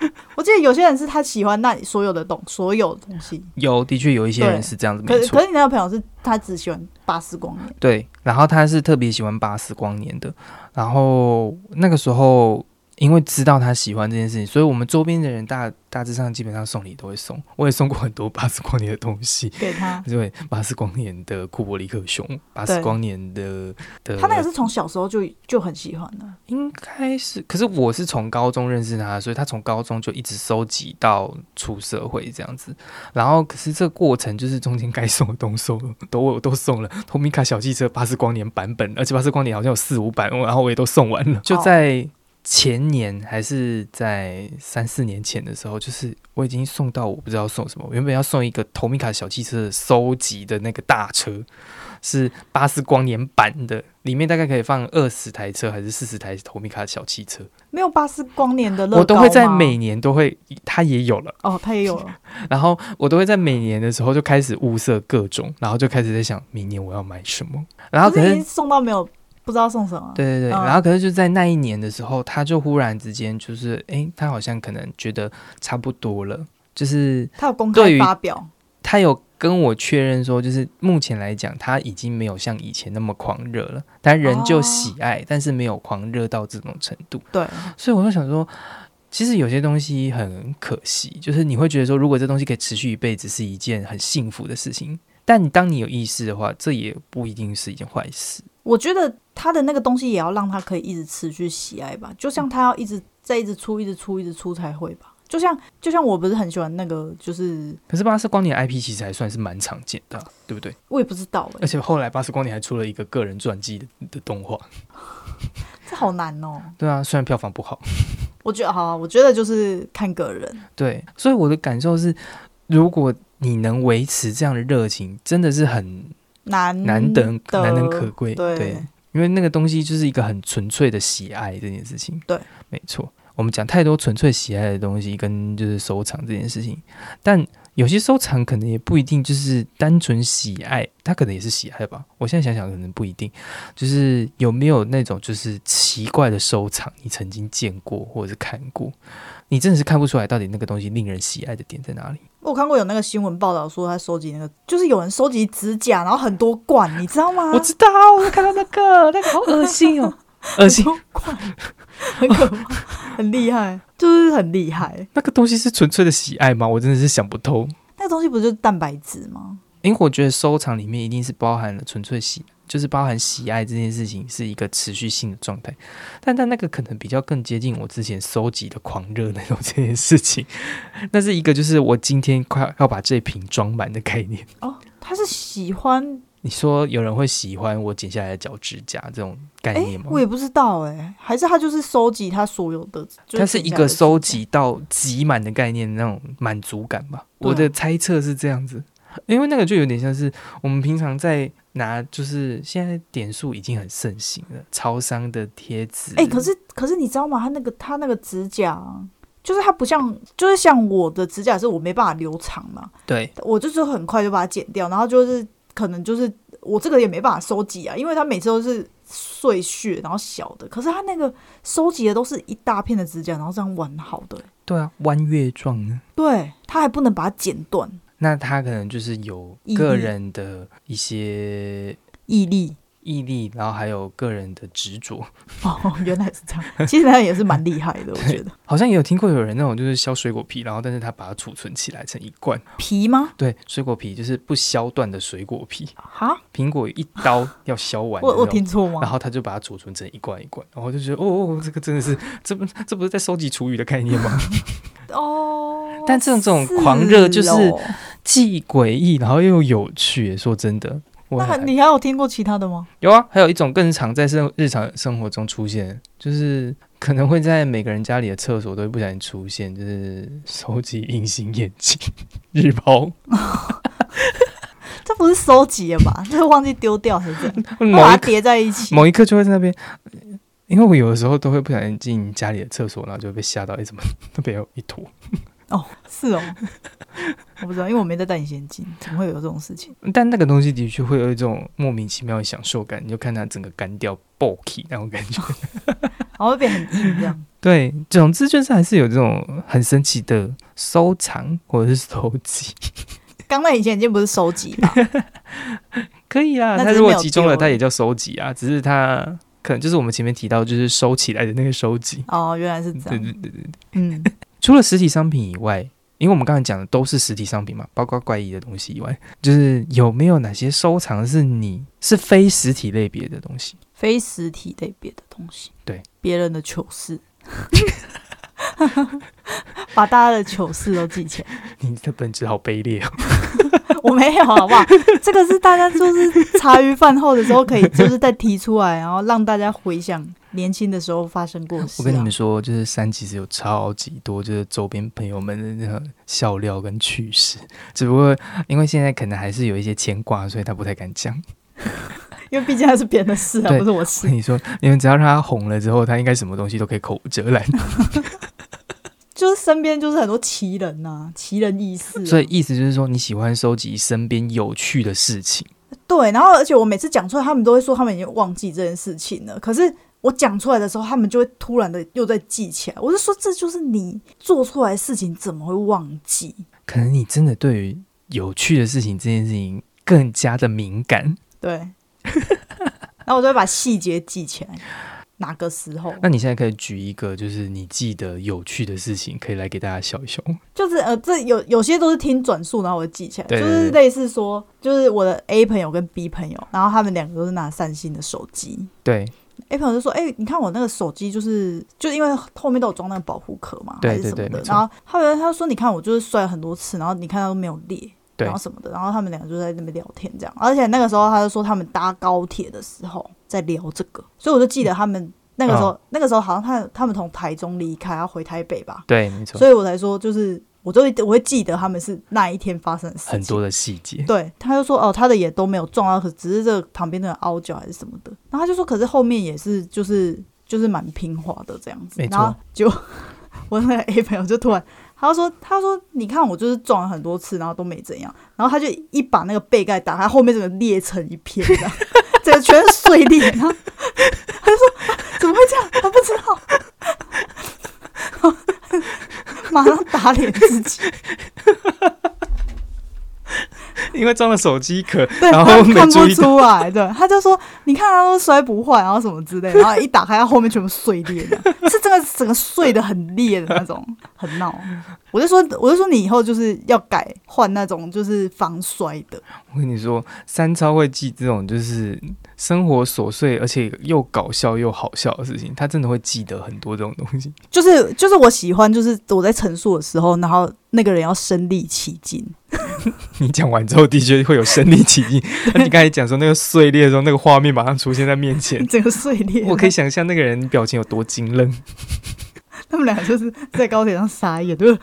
我记得有些人是他喜欢那里所有的东所有的东西，有的确有一些对人是这样子，可没可错，是你那个朋友是他只喜欢巴斯光年，对，然后他是特别喜欢巴斯光年的，然后那个时候。因为知道他喜欢这件事情，所以我们周边的人大大致上基本上送礼都会送，我也送过很多巴斯光年的东西，给他。对，巴斯光年的库伯里克熊，巴斯对光年的的，他那个是从小时候就就很喜欢的，应该是，可是我是从高中认识他，所以他从高中就一直收集到出社会这样子。然后，可是这个过程就是中间该送的都送了，都我都送了。托米卡小汽车巴斯光年版本，而且巴斯光年好像有四五版，然后我也都送完了。就在前年还是在三四年前的时候，就是我已经送到我不知道送什么，我原本要送一个托米卡小汽车的收集的那个大车，是巴斯光年版的，里面大概可以放二十台车还是四十台托米卡小汽车，没有巴斯光年的乐高我都会在吗每年都会，它也有了，哦，他也有了，然后我都会在每年的时候就开始物色各种，然后就开始在想明年我要买什么，然后可可是已是经送到没有不知道送什么，对对对，嗯然后可是就在那一年的时候，他就忽然之间就是，诶，他好像可能觉得差不多了，就是他有公对开于发表，他有跟我确认说，就是目前来讲，他已经没有像以前那么狂热了，但仍旧哦喜爱，但是没有狂热到这种程度。对，所以我就想说，其实有些东西很可惜，就是你会觉得说，如果这东西可以持续一辈子，是一件很幸福的事情。但你当你有意识的话，这也不一定是一件坏事。我觉得他的那个东西也要让他可以一直持续喜爱吧，就像他要一直在一直出、一直出、一直出才会吧。就像就像我不是很喜欢那个，就是可是巴斯光年 IP 其实还算是蛮常见的啊、对不对？我也不知道哎、而且后来巴斯光年还出了一个个人传记的的动画，这好难哦、对啊，虽然票房不好，我觉得好、啊，我觉得就是看个人，对，所以我的感受是，如果你能维持这样的热情，真的是很难难得、的难能可贵，对因为那个东西就是一个很纯粹的喜爱这件事情。对，没错。我们讲太多纯粹喜爱的东西跟就是收藏这件事情，但有些收藏可能也不一定就是单纯喜爱，它可能也是喜爱吧。我现在想想，可能不一定。就是有没有那种就是奇怪的收藏，你曾经见过或者是看过，你真的是看不出来到底那个东西令人喜爱的点在哪里。我看过有那个新闻报道说他收集那个，就是有人收集指甲，然后很多罐，你知道吗？我知道，我看到那个那个好恶心哦，恶心很。多罐，很可怕，很厉害，就是很厉害。那个东西是纯粹的喜爱吗？我真的是想不透。那个东西不就是蛋白质吗？因为我觉得收藏里面一定是包含了纯粹喜，就是包含喜爱这件事情是一个持续性的状态，但但那个可能比较更接近我之前收集的狂热那种这件事情，那是一个就是我今天快要把这瓶装满的概念。哦，他是喜欢，你说有人会喜欢我剪下来的脚趾甲这种概哎、念吗？我也不知道、哎，还是他就是收集他所有的，就它是一剩下的个收指甲。集到集满的概念，那种满足感吧。对啊我的猜测是这样子，因为那个就有点像是我们平常在拿，就是现在点数已经很盛行了，超商的贴纸。哎、可是可是你知道吗？他那个他那个指甲啊，就是它不像，就是像我的指甲是我没办法留长嘛，对我就是很快就把它剪掉，然后就是可能就是我这个也没办法收集啊，因为它每次都是碎屑，然后小的。可是它那个收集的都是一大片的指甲，然后这样完好的、对啊，弯月状呢？对，它还不能把它剪断，那它可能就是有毅力个人的一些毅力。毅力，然后还有个人的执着。哦，原来是这样。其实他也是蛮厉害的，我觉得。好像也有听过有人那种就是削水果皮，然后但是他把它储存起来成一罐。皮吗？对，水果皮就是不削断的水果皮。哈，苹果一刀要削完的那我啊种，我听错然吗？后他就把它储存成一罐一罐，然后我就觉得哦哦，这个真的是，这不这不是在收集厨余的概念 吗？哦，但这种这种狂热就是哦既诡异，然后又有趣。说真的，我那还很你还有听过其他的吗？有啊，还有一种更常在生日常生活中出现，就是可能会在每个人家里的厕所都会不小心出现，就是收集隐形眼镜、 日抛这不是收集了吧？这是忘记丢掉还是怎样？某把一它叠在一起。某一刻就会在那边，呃因为我有的时候都会不小心进家里的厕所，然后就被吓到，哎，怎么 那边有一坨？哦，是哦，我不知道，因为我没在戴隐形眼镜，怎么会有这种事情？但那个东西的确会有一种莫名其妙的享受感，你就看它整个干掉、bulky 那种感觉。 然后会变很硬这样。对，总之就是还是有这种很神奇的收藏或者是收集，刚那隐形眼镜不是收集吧？可以啊。那它只是如果没有集中了，丢它也叫收集啊，只是它可能就是我们前面提到，就是收起来的那个收集。哦，原来是这对对样。对对，嗯，除了实体商品以外，因为我们刚才讲的都是实体商品嘛，包括怪异的东西以外，就是有没有哪些收藏是你是非实体类别的东西？ 非实体类别的东西，对别人的糗事，把大家的糗事都记起来。你的本质好卑劣哦。我没有，好不好？这个是大家就是茶余饭后的时候可以，就是再提出来，然后让大家回想年轻的时候发生过的事、啊。我跟你们说，就是三其实有超级多，就是周边朋友们的那个笑料跟趣事，只不过因为现在可能还是有一些牵挂，所以他不太敢讲。 因为毕竟它是别人的事啊，对不是我所事以。你说，你们只要让他红了之后，他应该什么东西都可以口无遮拦。就是身边就是很多奇人呐、奇人异事啊、所以意思就是说，你喜欢收集身边有趣的事情。对，然后而且我每次讲出来，他们都会说他们已经忘记这件事情了。可是我讲出来的时候，他们就会突然的又再记起来。我就说，这就是你做出来的事情怎么会忘记？可能你真的对于有趣的事情这件事情更加的敏感。对， 然后我就会把细节记起来，哪个时候？那你现在可以举一个，就是你记得有趣的事情，可以来给大家笑一笑吗。就是呃，这有有些都是听转述，然后我就记起来，对对就对是类似说，就是我的 A 朋友跟 B 朋友，然后他们两个都是拿三星的手机，对 A 朋友就说：“哎、你看我那个手机，就是就因为后面都有装那个保护壳嘛，对还是什么对对的。没错然后他们他说：你看我就是摔了很多次，然后你看它都没有裂，对然后什么的。然后他们两个就在那边聊天这样。而且那个时候他就说他们搭高铁的时候在聊这个，所以我就记得他们那个时嗯候、那个时候好像他他们从台中离开要回台北吧，对，没错所，以我才说就是我就会我会记得他们是那一天发生的事情。很多的细节。对，他就说哦，他的也都没有撞到，可只是这个旁边的凹角还是什么的。然后他就说，可是后面也是就是就是蛮平滑的这样子。没错然后就我那个 A 朋友就突然，他就说他说你看我就是撞了很多次，然后都没怎样。然后他就一把那个被盖打开，后面整个裂成一片，这样 整个全是碎裂。然后他就说、啊怎么会这样？他不知道。 马上打脸自己，因为装了手机壳，对，然他后没看注不意到。出来，对，他就说你看他都摔不坏，然后什么之类的，然后一打开，他后面全部碎裂的，是真的整个碎的很裂的那种，很闹。我就说，我就说你以后就是要改换那种就是防摔的，我跟你说，三超会记这种就是生活琐碎，而且又搞笑又好笑的事情，他真的会记得很多这种东西。就是就是我喜欢，就是我在陈述的时候，然后那个人要身临其境，你讲完之后，的确会有身临 其境。那你刚才讲说那个碎裂的时候，那个画面马上出现在面 前，整个碎裂。我可以，想象那个人表情有多惊 愣。他们俩就是在高铁上傻眼， 就是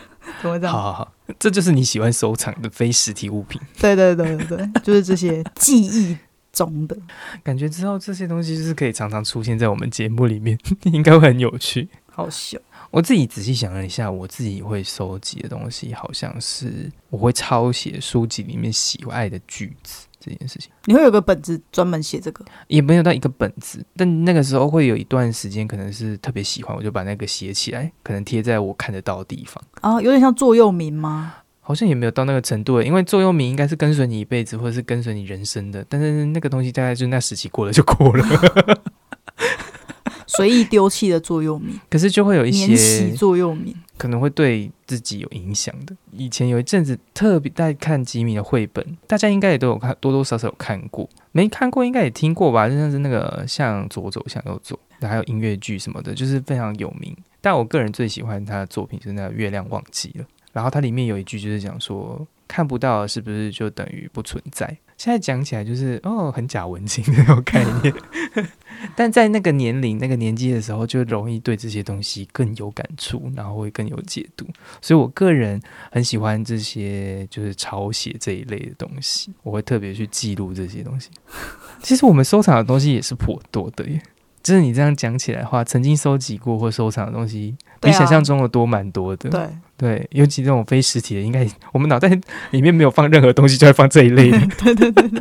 怎么会这好样？好好，这就是你喜欢收藏的非实体物品。对对对对对，就是这些记忆中的。感觉之后这些东西就是可以常常出现在我们节目里面， 应该会很有趣。好笑，我自己仔细想了一下，我自己会收集的东西，好像是我会抄写书籍里面喜爱的句子这件事情，你会有个本子专门写这个，也没有到一个本子，但那个时候会有一段时间，可能是特别喜欢，我就把那个写起来，可能贴在我看得到的地方。啊，有点像座右铭吗？好像也没有到那个程度，因为座右铭应该是跟随你一辈子，或者是跟随你人生的，但是那个东西大概就是那时期过了就过了。随意丢弃的座右铭， 可是就 会有一免洗些座右铭。可能会对自己有影响的。以前有一阵子特别在看吉米的绘本，大家应该也都有看，多多少少有看过，没看过应该也听过吧？就像是那个向左走，向右走，还有音乐剧什么的，就是非常有名。但我个人最喜欢他的作品是那个《月亮忘记了》，然后它里面有一句就是讲说，看不到是不是就等于不存在？现在讲起来就是哦，很假文青的那种概念，但在那个年龄、那个年纪的时候，就容易对这些东西更有感触，然后会更有解读。所以我个人很喜欢这些，就是抄写这一类的东西，我会特别去记录这些东西。 其实我们收藏的东西也是颇多的耶，就是你这样讲起来的话，曾经收集过或收藏的东西，比对啊想象中的多蛮多的。对啊对，尤其这种非实体的，应该我们脑袋里面没有放任何东西，就会放这一 类的。对对对对，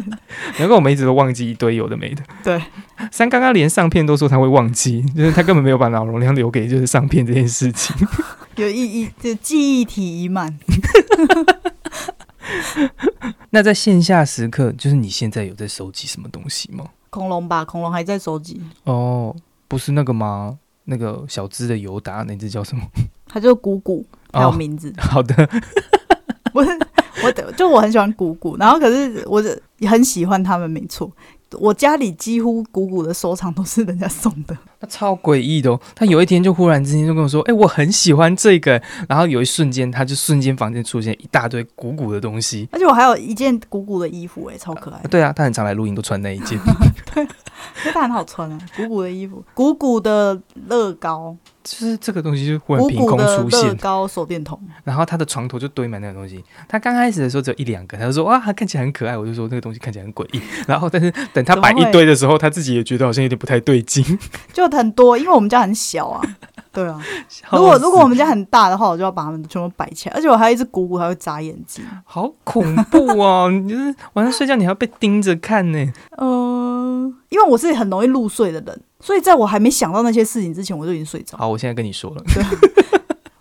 难怪我们一直都忘记一堆有的没的。对，三刚刚连上片都说他会忘记，就是他根本没有把脑容量留给就是上片这件事情。 有意义，就记忆体已满。那在线下时刻，就是你现在有在收集什么东西吗？恐龙吧，恐龙还在收集，哦，不是那个吗？那个小只的尤达那只叫什么？它就是谷谷，还有哦名字。 好的，不是我的，就我很喜欢谷谷，然后可是我的也很喜欢他们，没错。我家里几乎谷谷的收藏都是人家送的， 他超诡异的哦。他有一天就忽然之间就跟我说：“哎、我很喜欢这个。”然后有一瞬间，他就瞬间房间出现一大堆鼓鼓的东西。而且我还有一件谷谷的衣服、欸，超可爱 啊，对啊，他很常来露营都穿那一 件。因为它很好穿啊。谷谷的衣服，谷谷的乐高，就是这个东西就忽然谷凭谷空的出乐现，高手电筒，然后他的床头就堆满那个东西。他刚开始的时候只有一两个，他就说哇，它看起来很可爱。我就说那个东西看起来很诡异。 然后但是等他怎么摆会一堆的时候，他自己也觉得好像有点不太对劲。就很多，因为我们家很 小啊。对啊，如果如果我们家很大的话，我就要把它们全部摆起来，而且我还有一只谷谷，还会眨眼睛。好恐怖哦！ 你就是晚上睡觉，你还要被盯着看呢。嗯，因为我是很容易入睡的人，所以在我还没想到那些事情之前，我就已经睡着了。好，我现在跟你说了，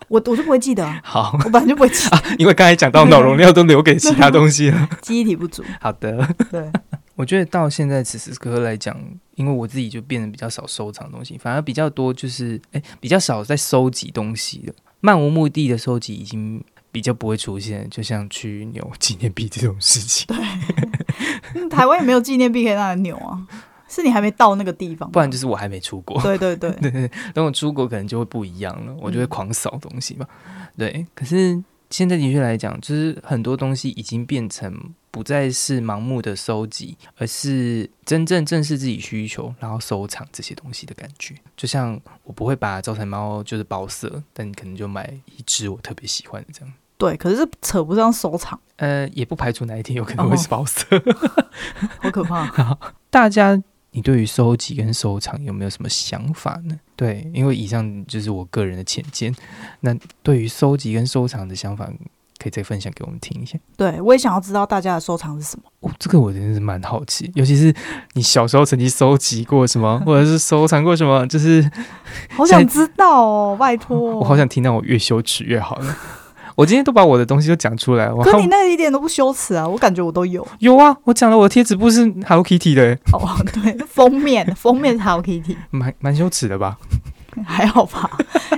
我我就不会记得啊、好，我本来就不会记，啊因为刚才讲到脑容量都留给其他东西 了。记忆体不足。好的， 对，我觉得到现在此时此刻来讲，因为我自己就变得比较少收藏东西，反而比较多就是哎、比较少在收集东西了。漫无目的的收集已经比较不会出现，就像去扭纪念币这种事情。嗯台湾也没有纪念币可以让人扭啊，是你还没到那个地方吧。 不然就是我还没出国。对对对， 对对，对等我出国可能就会不一样了，我就会狂扫东西嘛。对，可是现在的确来讲，就是很多东西已经变成不再是盲目的收集，而是真正正视自己需求，然后收藏这些东西的感觉。就像我不会把招财猫就是包色，但可能就买一只我特别喜欢的这样。对，可是这扯不上收藏，呃，也不排除哪一天有可能会是包色。好可怕。大家，你对于收集跟收藏有没有什么想法呢？对，因为以上就是我个人的浅见。那对于收集跟收藏的想法，可以再分享给我们听一下。对，我也想要知道大家的收藏是什么。哦，这个我真的是蛮好奇，尤其是你小时候曾经收集过什 么，或者是收藏过什么，就是好想知道哦，拜托。 我好。想听到我越羞耻越好了。我今天都把我的东西都讲出来，我可你那个一点都不羞耻啊！我感觉我都有 有啊，我讲了我的贴纸布是 Hello Kitty 的，哦， 对，封面封面是 Hello Kitty，蛮蛮羞耻的吧？还 好吧？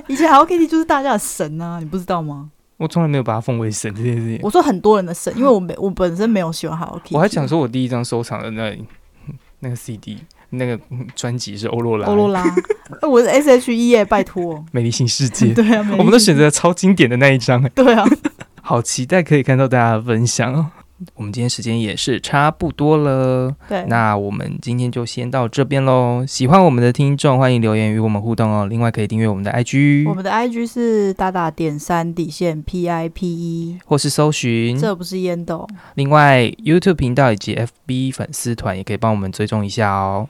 以前 Hello Kitty 就是大家的神啊，你不知道吗？我从来没有把它奉为神这件事情。我说很多人的神，因为我没我本身没有喜欢 Hello Kitty，我还想说，我第一张收藏的那那个 CD 那个嗯专辑是欧若拉，欧罗拉，哎我是 S H E 耶，拜托。美丽新世界， 对啊，没我们都意思选择了超经典的那一张，哎 对啊，好期待可以看到大家的分享哦。我们今天时间也是差不多了，对，那我们今天就先到这边喽。喜欢我们的听众，欢迎留言与我们互动哦。另外可以订阅我们的我 IG，们的 IG 是打打点三底线 P I P E，、或是搜寻。这不是烟斗。另外 YouTube 频道以及 FB 粉丝团也可以帮我们追踪一下哦。